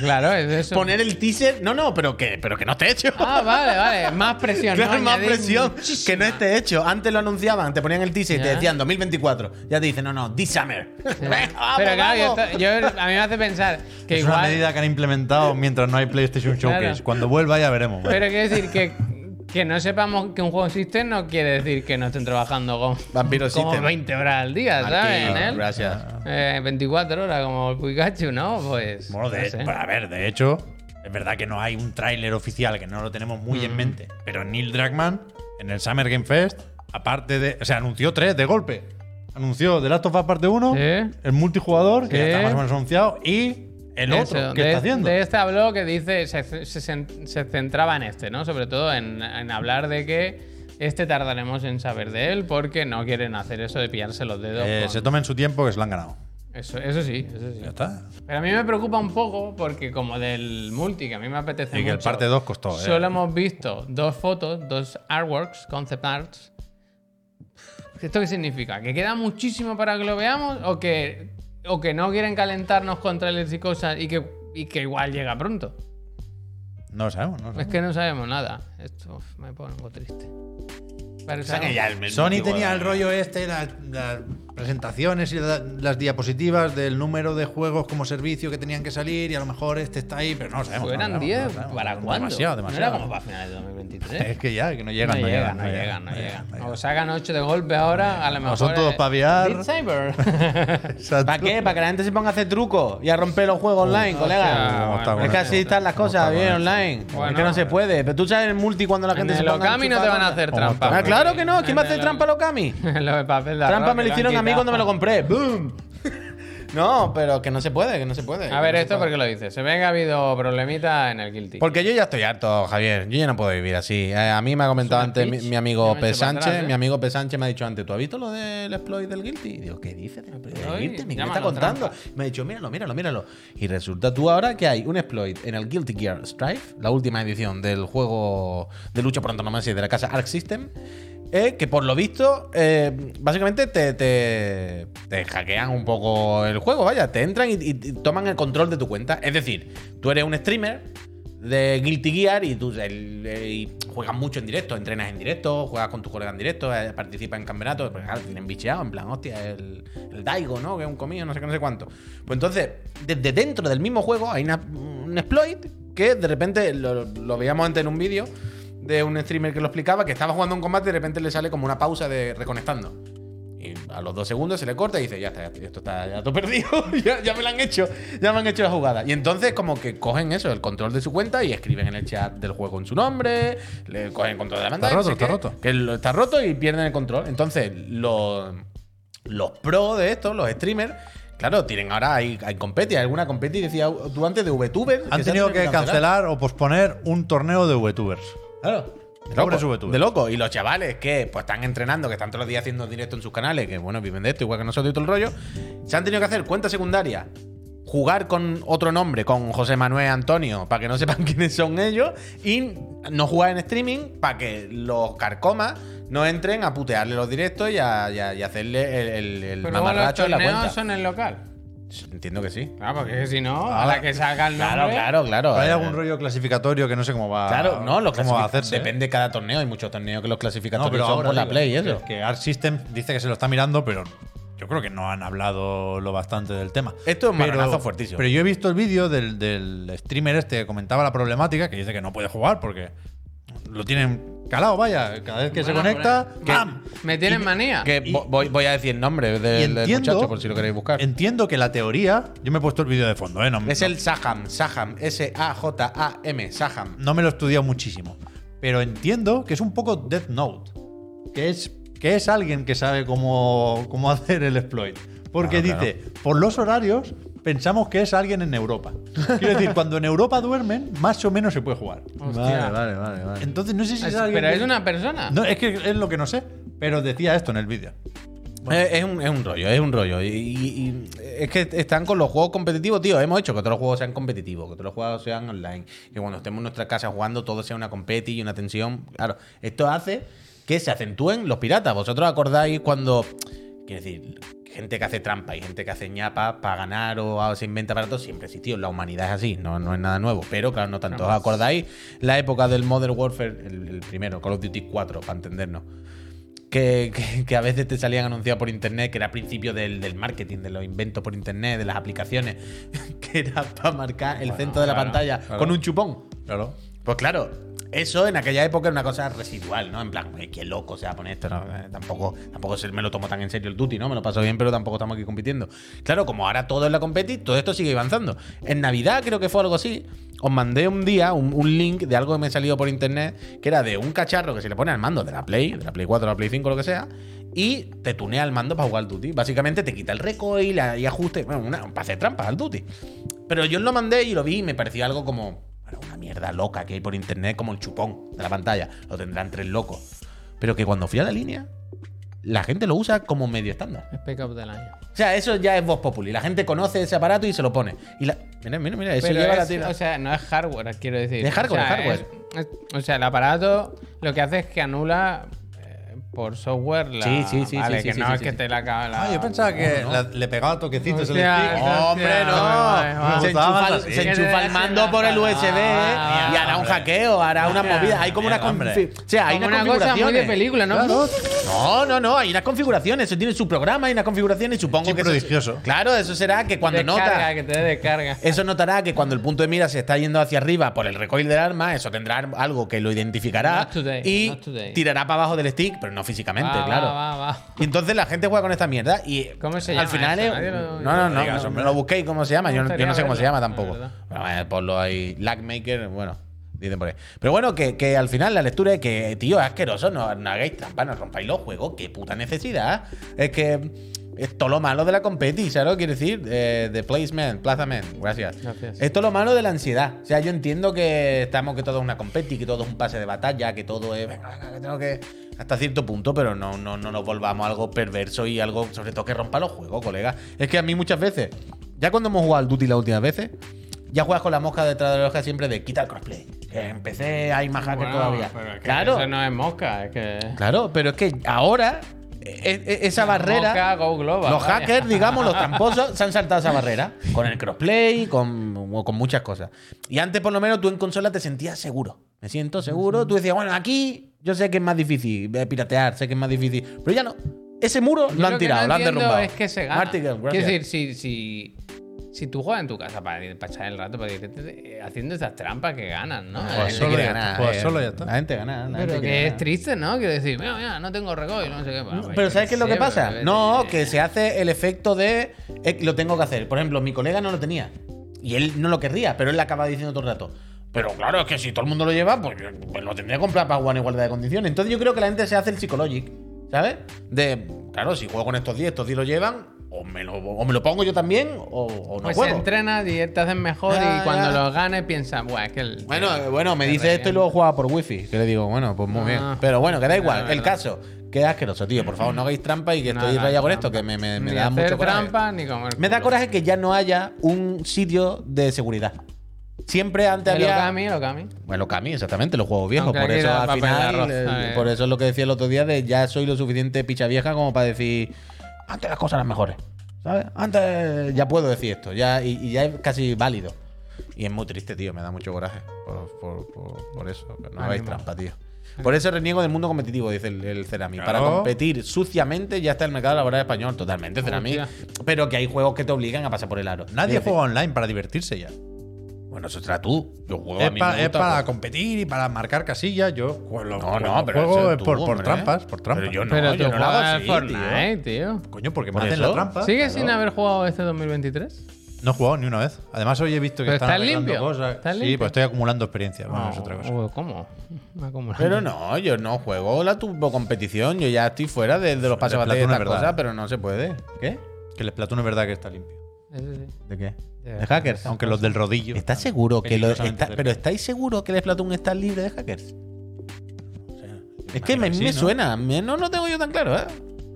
Claro, es eso. Poner el teaser, no, no, pero que, pero que no esté hecho. Ah, vale, vale. Más presión. Claro, ¿no? más Añadir presión muchísima. que no esté hecho. Antes lo anunciaban, te ponían el teaser y te Ya. decían 2024. Ya te dicen, no, no, this summer. Venga, vamos, Pero claro, yo vamos. esto- yo- a mí me hace pensar que Es una igual. medida que han implementado mientras no hay PlayStation Showcase. Claro. Cuando vuelva ya veremos. Pero quiero decir que, que no sepamos que un juego existe no quiere decir que no estén trabajando con Vampiro como System. 20 horas al día, ¿sabes? Martín, Nel? Gracias. Eh, 24 horas como el Pikachu, ¿no? Pues. Bueno, de- no sé. para ver, de hecho, es verdad que no hay un tráiler oficial, que no lo tenemos muy en mente. Pero Neil Druckmann, en el Summer Game Fest, aparte de. O sea, anunció tres de golpe. Anunció The Last of Us Parte 1, Sí. el multijugador, que ya Sí. está más o menos anunciado, y el Eso, otro que de, está haciendo. de este habló que dice, se, se- se- se centraba en este, ¿no? Sobre todo en, en hablar de que este tardaremos en saber de él porque no quieren hacer eso de pillarse los dedos. Eh, con- se tomen su tiempo, que se lo han ganado. eso, eso sí, eso sí. Ya está. Pero a mí me preocupa un poco porque como del multi, que a mí me apetece Y que el mucho, parte 2 costó, ¿eh? Solo hemos visto dos fotos, dos artworks, concept arts. ¿Esto qué significa? ¿Que queda muchísimo para que lo veamos o que, o que no quieren calentarnos con trailers y cosas y que, y que igual llega pronto? No lo sabemos, no lo Es sabemos. que no sabemos nada. Esto uf, me pongo triste. Pero O sea, que ya el- el Sony multijugador- tenía el rollo este, las, las presentaciones y la- las diapositivas del número de juegos como servicio que tenían que salir y a lo mejor este está ahí, pero no lo sabemos. no lo eran sabemos, 10, no lo sabemos. ¿para cuándo? Demasiado, demasiado. No era como para finales de 2023. Es que ya, que no No llegan, no, llegan, no llegan, no llegan. O sacan 8 de golpe ahora, a lo mejor. son todos es- pa' aviar. Beat Saber. Exacto. ¿Para qué? Para que la gente se ponga a hacer trucos y a romper los juegos hostia, online, colega. bueno, es que bueno, así están las ¿cómo cosas, está bien bueno? online. es Bueno, que no se puede. Pero tú sabes el multi cuando la en gente se el ponga Okami no te enchufada. van a hacer ¿Cómo está trampa. Ah, porque- claro que no. ¿Quién me en hace el- trampa al Okami? Lo de papel de Trampa arroz, me lo que han hicieron a mí quitado. cuando me lo compré. ¡Boom! No, pero que no se puede, que no se puede. A ver, esto porque lo dices. Se ve que ha habido problemita en el Guilty. Porque yo ya estoy harto, Javier. Yo ya no puedo vivir así. Eh, A mí me ha comentado Es una antes mi, pitch. mi Ya amigo me P. echo para Sánchez. atrás, ¿eh? Mi amigo P. Sánchez me ha dicho antes, ¿tú has visto lo del exploit del Guilty? Y digo, ¿qué dices del exploit del Ay, Guilty? ¿Me- ¿Qué me está llámalo contando? trampa. Me ha dicho, míralo, míralo, míralo. Y resulta tú ahora que hay un exploit en el Guilty Gear Strife, la última edición del juego de lucha por antonomasia de la casa Arc System, eh, que por lo visto, eh, básicamente te, te, te hackean un poco el juego, vaya, te entran y, y- y toman el control de tu cuenta. Es decir, tú eres un streamer de Guilty Gear y tú el- eh, y juegas mucho en directo, entrenas en directo, juegas con tus colegas en directo, eh, participas en campeonatos, pues claro, tienen bicheado, en plan, hostia, el, el Daigo, ¿no? Que es un comido, no sé qué, no sé cuánto. Pues entonces, desde dentro del mismo juego hay una- un exploit que de repente lo, lo veíamos antes en un vídeo de un streamer que lo explicaba, que estaba jugando un combate y de repente le sale como una pausa de reconectando. Y a los dos segundos se le corta y dice, ya está, esto está ya todo perdido, ya, ya me lo han hecho, ya me han hecho la jugada. Y entonces como que cogen eso, el control de su cuenta y escriben en el chat del juego en su nombre, le cogen el control de la pantalla. roto, no sé está qué, roto. Que lo- está roto y pierden el control. Entonces los, los pros de esto, los streamers, claro, tienen ahora, hay, hay competi, hay alguna competi, decía tú antes de VTuber. Han se tenido que cancelar o posponer un torneo de VTubers. Claro. De Pobres loco, VTubers. de loco. Y los chavales que pues, están entrenando, que están todos los días haciendo directo en sus canales, que bueno, viven de esto igual que nosotros y todo el rollo, se han tenido que hacer cuenta secundaria, jugar con otro nombre, con José Manuel Antonio, para que no sepan quiénes son ellos, y no jugar en streaming para que los carcomas no entren a putearle los directos y a, y a- y a hacerle el, el, el Pero luego los mamarracho en la cuenta. torneos son en local. Entiendo que sí. Claro, porque si no, a la que salga el nombre. Ah, Claro, claro, claro. Pero hay Eh. algún rollo clasificatorio que no sé cómo va, Claro, no, los cómo va a clasific- hacerse. ¿eh? Depende de cada torneo. Hay muchos torneos que los No, clasificatorios pero son ahora por la digo, Play y que- eso. Que Art System dice que se lo está mirando, pero yo creo que no han hablado lo bastante del tema. Esto es un Pero- marronazo fuertísimo. Pero yo he visto el vídeo del, del streamer este que comentaba la problemática, que dice que no puede jugar porque lo tienen calado, vaya. Cada vez que se Bueno, conecta, que- ¡pam! Me tienen manía. Que vo- voy, voy a decir el nombre Y del, del entiendo- muchacho por si lo queréis buscar. Entiendo que la teoría. Yo me he puesto el vídeo de fondo, ¿eh? No, es no- el Saham, Saham, S-A-J-A-M, Saham. no me lo he estudiado muchísimo. Pero entiendo que es un poco Death Note. Que es, que es alguien que sabe cómo, cómo hacer el exploit. Porque Claro, dice, por los horarios, pensamos que es alguien en Europa. Quiero decir, cuando en Europa duermen, más o menos se puede jugar. Hostia. vale, vale, vale. Entonces no sé si es Es- alguien. pero que- es una persona. No, es que es lo que no sé. Pero decía esto en el vídeo. Es, es un, es un rollo, es un rollo. Y, y- y es que están con los juegos competitivos, tío. Hemos hecho que todos los juegos sean competitivos, que todos los juegos sean online. Que cuando estemos en nuestra casa jugando, todo sea una competi y una tensión. Claro, esto hace que se acentúen los piratas. ¿Vosotros acordáis cuando. Quiero decir, gente que hace trampa y gente que hace ñapa para ganar o, o se inventa para todo, siempre existió. La humanidad es así, no, no es nada nuevo. Pero claro, no tanto. ¿Os acordáis la época del Modern Warfare, el, el primero, Call of Duty 4, para entendernos? que, que- que a veces te salían anunciados por internet, que era principio del, del marketing, de los inventos por internet, de las aplicaciones, que era para marcar el centro de la claro, pantalla con un chupón. Claro. Pues claro, eso en aquella época era una cosa residual, ¿no? En plan, "Ay, qué loco se va a poner esto, ¿no? Eh, Tampoco, tampoco se- me lo tomo tan en serio el duty, ¿no? Me lo paso bien, pero tampoco estamos aquí compitiendo. Claro, como ahora todo es la competi, todo esto sigue avanzando. En Navidad creo que fue algo así. Os mandé un día un, un link de algo que me salió por internet, que era de un cacharro que se le pone al mando de la Play, de la Play 4, la Play 5, lo que sea, y te tunea el mando para jugar al duty. Básicamente te quita el recoil la- y ajuste, bueno, una- para hacer trampas al duty. Pero yo lo mandé y lo vi y me pareció algo como bueno, una mierda loca que hay por internet, como el chupón de la pantalla. Lo tendrán tres locos. Pero que cuando fui a la línea, la gente lo usa como medio estándar. Es pick up del año. O sea, eso ya es voz populi. La gente conoce ese aparato y se lo pone. Y la... Mira, mira, mira, eso Pero lleva es- la tira. O sea, no es hardware, quiero decir. Es hardware, o sea, es hardware. es- o sea, el aparato lo que hace es que anula eh, por software la. Sí, sí, sí, Vale, sí, que sí, no sí, es sí, que sí. te la acaba la. Ah, yo pensaba que No, no. la- le pegaba toquecitos el Hostia, stick. hostia, ¡Hombre, no! vale, vale. Se enchufa, Gustabas se así. enchufa el mando por el USB Ah, eh, y hará un hombre. hackeo, hará una movida. Hay como una Mierda, hombre. confi- O sea, hay Como unas una cosa muy de configuraciones. película, ¿no? Claro. No, no, no. Hay unas configuraciones. Eso tiene su programa, hay unas configuraciones. Supongo Chip que. eso- prodigioso. claro, eso será que cuando Descarga, nota. que te dé descarga. Eso notará que cuando el punto de mira se está yendo hacia arriba por el recoil del arma, eso tendrá algo que lo identificará Not today, y not today. Ah, tirará para abajo del stick, pero no físicamente, Va, claro. va, va, va. Y entonces la gente juega con esta mierda y ¿Cómo se al llama final eso? es- Nadie lo- no, no, no, digas, no, hombre. lo busquéis cómo se llama, Me yo, no- yo no gustaría sé cómo se llama verlo, tampoco. la verdad. Bueno, vaya, ponlo ahí, Lagmaker, bueno, dicen por ahí. Pero bueno, que, que al final la lectura es que, tío, es asqueroso, no, no hagáis trampa, no rompáis los juegos, qué puta necesidad. Es que es todo lo malo de la competi, ¿sabes lo que quiero decir? Eh, the placement, placement, gracias. Gracias. Es todo lo malo de la ansiedad. O sea, yo entiendo que estamos, que todo es una competi, que todo es un pase de batalla, que todo es, venga, venga, que tengo que... Hasta cierto punto, pero no, no, no nos volvamos algo perverso y algo, sobre todo, que rompa los juegos, colega. Es que a mí muchas veces, ya cuando hemos jugado al Duty las últimas veces, ya juegas con la mosca detrás de la oreja siempre de quita el crossplay. Que Empecé, hay más hackers Bueno, todavía. pero es que claro, Eso no es mosca, es que. claro, pero es que ahora e- e- esa barrera. Moca, Go Global, los vaya. hackers, digamos, los tramposos, se han saltado esa barrera. Con el crossplay, con, con muchas cosas. Y antes, por lo menos, tú en consola te sentías seguro. Me siento seguro. Tú decías, bueno, aquí yo sé que es más difícil eh, piratear, sé que es más difícil. Pero ya no. Ese muro Yo lo han que tirado, no lo han entiendo derrumbado. Es que se gana. Marty Girl, Quiero gracias. decir, si, si, si tú juegas en tu casa para, ir- para echar el rato, para divertirte, eh, haciendo esas trampas que ganan, ¿no? Joder, Eh, solo quiere ya está, ganar, joder, eh. solo ya está. La gente gana. la gente pero quiere que es ganar. triste, ¿no? Quiero decir, mira, mira, no tengo recoil, no sé qué. Bueno, yo Pero ¿sabes qué es lo sé, que pasa? pero- No, que se hace el efecto de eh, lo tengo que hacer. Por ejemplo, mi colega no lo tenía. Y él no lo querría, pero él le acaba diciendo todo el rato. Pero claro, es que si todo el mundo lo lleva, pues, yo- pues lo tendría que comprar para jugar en igualdad de condiciones. Entonces yo creo que la gente se hace el psicologic, ¿sabes? De, claro, si juego con estos 10, estos 10 lo llevan, o me lo, o me lo pongo yo también, o, o no Pues juego. entrenas y te hacen mejor Ya, y cuando ya. los ganes piensas, buah, es que el. Bueno, el- eh, bueno, me el dice esto revienta". y luego juega por wifi. Que le digo, bueno, pues muy Ah. bien. Pero bueno, que da igual. Ah, el verdad. caso, que asqueroso, tío. Por favor, no hagáis trampa y que No estoy hagas rayado con trampa. esto, que me, me- me Ni da hacer mucho coraje. trampa ni comer. Me da culo. coraje que ya no haya un sitio de seguridad. Siempre antes El había. Okami, el Okami. Bueno, Cami, exactamente, los juegos viejos. Aunque Por aquí eso era al papel de final. arroz, eh, ¿sabes? por eso es lo que decía el otro día de ya soy lo suficiente picha vieja como para decir. Antes las cosas eran mejores. ¿Sabes? Antes ya puedo decir esto. Ya, y, y ya es casi válido. Y es muy triste, tío. Me da mucho coraje. Por, por- por- por eso. que No hagáis Ánimo. trampa, tío. Por eso reniego del mundo competitivo, dice el, el Cerami. Para Claro. competir suciamente ya está el mercado laboral español. Totalmente, Cerami. Hostia. Pero que hay juegos que te obligan a pasar por el aro. Nadie Es decir, juega online para divertirse ya. Bueno, eso será tú. Yo juego a Es, mí me pa- es gusta, para pues. competir y para marcar casillas. Yo juego, lo- No, lo no, pero juego eso es tú, por, por hombre. ¿eh? trampas, por trampas. Pero yo no, Pero yo tú no lo hago juegas así, Fortnite, tío. Coño, porque me ¿Por hacen eso? la trampa. ¿Sigues sin haber jugado este 2023? No he jugado ni una vez. Además, hoy he visto que Pero están estás arreglando limpio, cosas. estás sí, limpio. pues estoy acumulando experiencia. Bueno, es otra cosa. Uy, ¿Cómo? Me acumulo. Pero no, yo no juego la turbocompetición. Yo ya estoy fuera de, de los pasabates de Platón es estas verdad. cosas, pero no se puede. ¿Qué? Que el Splatoon es verdad que está limpio. Eso sí. ¿De qué? Ya. ¿De hackers? Aunque los del rodillo. ¿Estás seguro que lo Peligrosamente está- cerca. pero estáis seguros que el Splatoon está libre de hackers? Es que imagino me, que sí, me ¿no? suena, me- no lo tengo yo tan claro, ¿eh?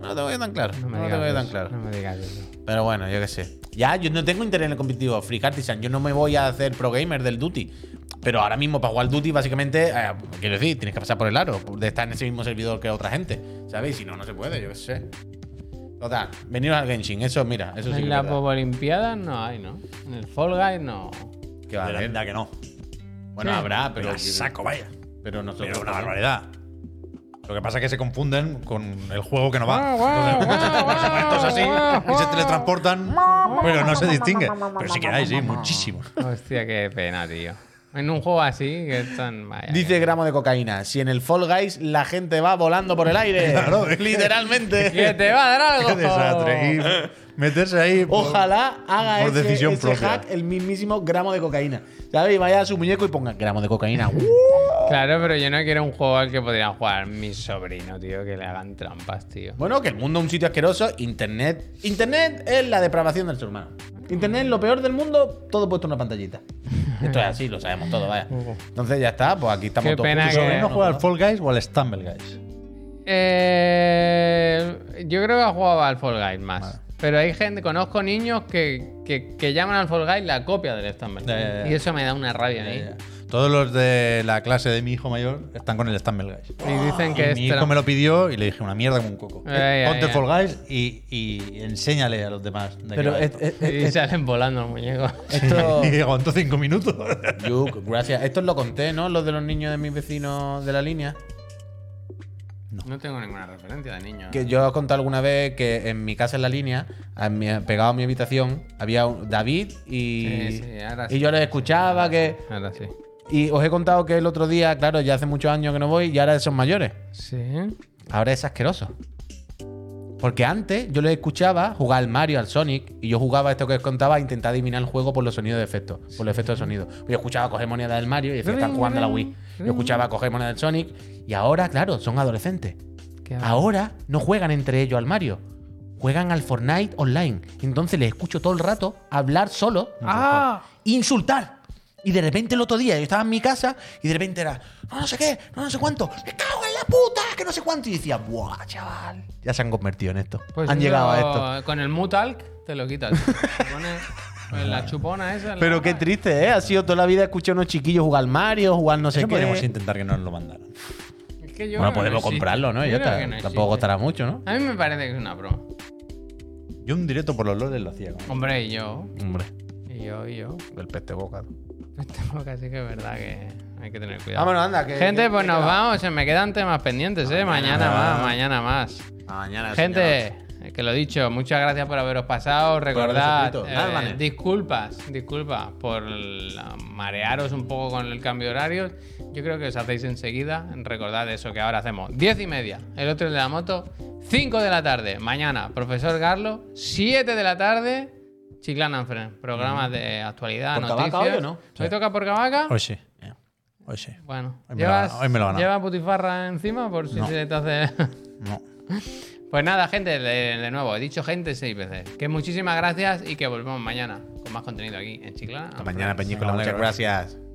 No lo tengo yo tan claro. No No, me lo digas tengo yo tan eso, claro. No me digas eso. Pero bueno, yo qué sé. Ya, yo no tengo interés en el competitivo. Free Artisan, yo no me voy a hacer pro gamer del Duty. Pero ahora mismo, para jugar al Duty, básicamente, eh, quiero decir, tienes que pasar por el aro, de estar en ese mismo servidor que otra gente. ¿Sabes? Y Si no, no se puede, yo qué sé. Total, veniros al Genshin, eso, mira, eso sí que en es la verdad. Olimpiadas no hay, ¿no? En el Fall Guys no. Que va a De la haber. verdad que no. Bueno, Sí. habrá, pero. la pues, saco, vaya. Pero nosotros. Pero una también. barbaridad. Lo que pasa es que se confunden con el juego que no va. Ah, Guau, guau, Entonces, muchos guau, se ponen pues todos así guau, y se guau. teletransportan, pero no se distingue. Pero sí que hay, sí, muchísimo. Hostia, qué pena, tío. En un juego así, que están. Vaya, Dice gramo de cocaína. Si en el Fall Guys la gente va volando por el aire. Claro, es que- literalmente. que te va a dar algo. Qué desastre. Y meterse ahí. por- Ojalá haga por ese, decisión ese propia. hack el mismísimo gramo de cocaína. ¿Sabes? Y vaya a su muñeco y ponga gramo de cocaína. Uh, Claro, pero yo no quiero un juego al que podrían jugar mis sobrinos, tío, que le hagan trampas, tío. bueno, que el mundo es un sitio asqueroso. Internet. Internet es la depravación del ser humano. Internet es lo peor del mundo, todo puesto en una pantallita. Esto es así, lo sabemos todo, vaya. Entonces ya está, pues aquí estamos Qué todos. pena juntos. que- Sobre- ¿No juega al Fall Guys o al Stumble Guys? Eh, yo creo que ha jugado al Fall Guys más. Pero hay gente, conozco niños que, que, que llaman al Fall Guys la copia del Stumble. Ya, ya, ya. Y eso me da una rabia a mí. Todos los de la clase de mi hijo mayor están con el Stumble Guys. Y dicen que este Y es mi hijo trampa. me lo pidió y le dije una mierda como un coco. Ay, ay, Ponte ay. Fall Guys y, y enséñale a los demás. de qué Pero va es- esto. es- es- Y salen volando los muñecos. esto. Y aguantó cinco minutos. Yuk, gracias. Esto lo conté, ¿no? Los de los niños de mis vecinos de la línea. No tengo ninguna referencia de niños. ¿eh? Que yo os conté alguna vez que en mi casa en la línea, a mi- pegado a mi habitación, había un- David y, Sí, sí, ahora y sí. yo les escuchaba que. Ahora sí. Y os he contado que el otro día, claro, ya hace muchos años que no voy y ahora son mayores. Sí. Ahora es asqueroso. Porque antes yo les escuchaba jugar al Mario, al Sonic, y yo jugaba esto que os contaba, a intentar adivinar el juego por los sonidos de efectos, por los efectos de sonido. Yo escuchaba coger moneda del Mario y decía, están jugando a la Wii. Yo escuchaba coger moneda del Sonic, y ahora, claro, son adolescentes. Qué Ahora no juegan entre ellos al Mario, juegan al Fortnite online. Entonces les escucho todo el rato hablar solo Ah. e insultar. Y de repente el otro día yo estaba en mi casa y de repente era, no, no sé qué, no, no sé cuánto, me cago en la puta, que no sé cuánto. Y decía, buah, chaval, ya se han convertido en esto. Pues han eso, llegado a esto. Con el Mutalk te lo quitas. Te pones pues, la chupona esa. la- Pero qué triste, ¿eh? Ha sido toda la vida escuchar a unos chiquillos jugar al Mario, jugar no sé Eso qué. podríamos intentar que no nos lo mandaran. Es que yo creo Bueno, que no podemos existe. comprarlo, ¿no? Yo Y ya creo está. que no Tampoco existe. costará mucho, ¿no? A mí me parece que es una broma. Yo un directo por los loles lo hacía. con- Hombre, y yo. Hombre, Y yo, y yo. el peste boca. Estamos casi que es verdad que hay que tener cuidado. Vámonos, anda. Que, Gente, que- pues que- nos vamos. Se me quedan temas pendientes, ¿eh? Mañana más, mañana más. Mañana, Gente, eh, que lo dicho, muchas gracias por haberos pasado. Recordad, suscrito. eh, Dálmanes. disculpas, disculpas por la- marearos un poco con el cambio de horarios. Yo creo que os hacéis enseguida. Recordad eso que ahora hacemos. 10 y media, el otro de la moto. 5 de la tarde, mañana, profesor Garlo. 7 de la tarde, Chiclan and Friends. Programas de actualidad, ¿Por noticias. Cavaca Mm. hoy o no? ¿Hoy toca por Cabaca? Hoy sí. Hoy sí. Bueno, Hoy me lo ¿llevas, gana- hoy me lo gana. llevas putifarra encima por si se te hace... No. Pues nada, gente, de, de nuevo, he dicho gente seis veces. Que muchísimas gracias y que volvemos mañana con más contenido aquí en Chiclana. Mañana, Peñícola, Venga, muchas gracias. gracias.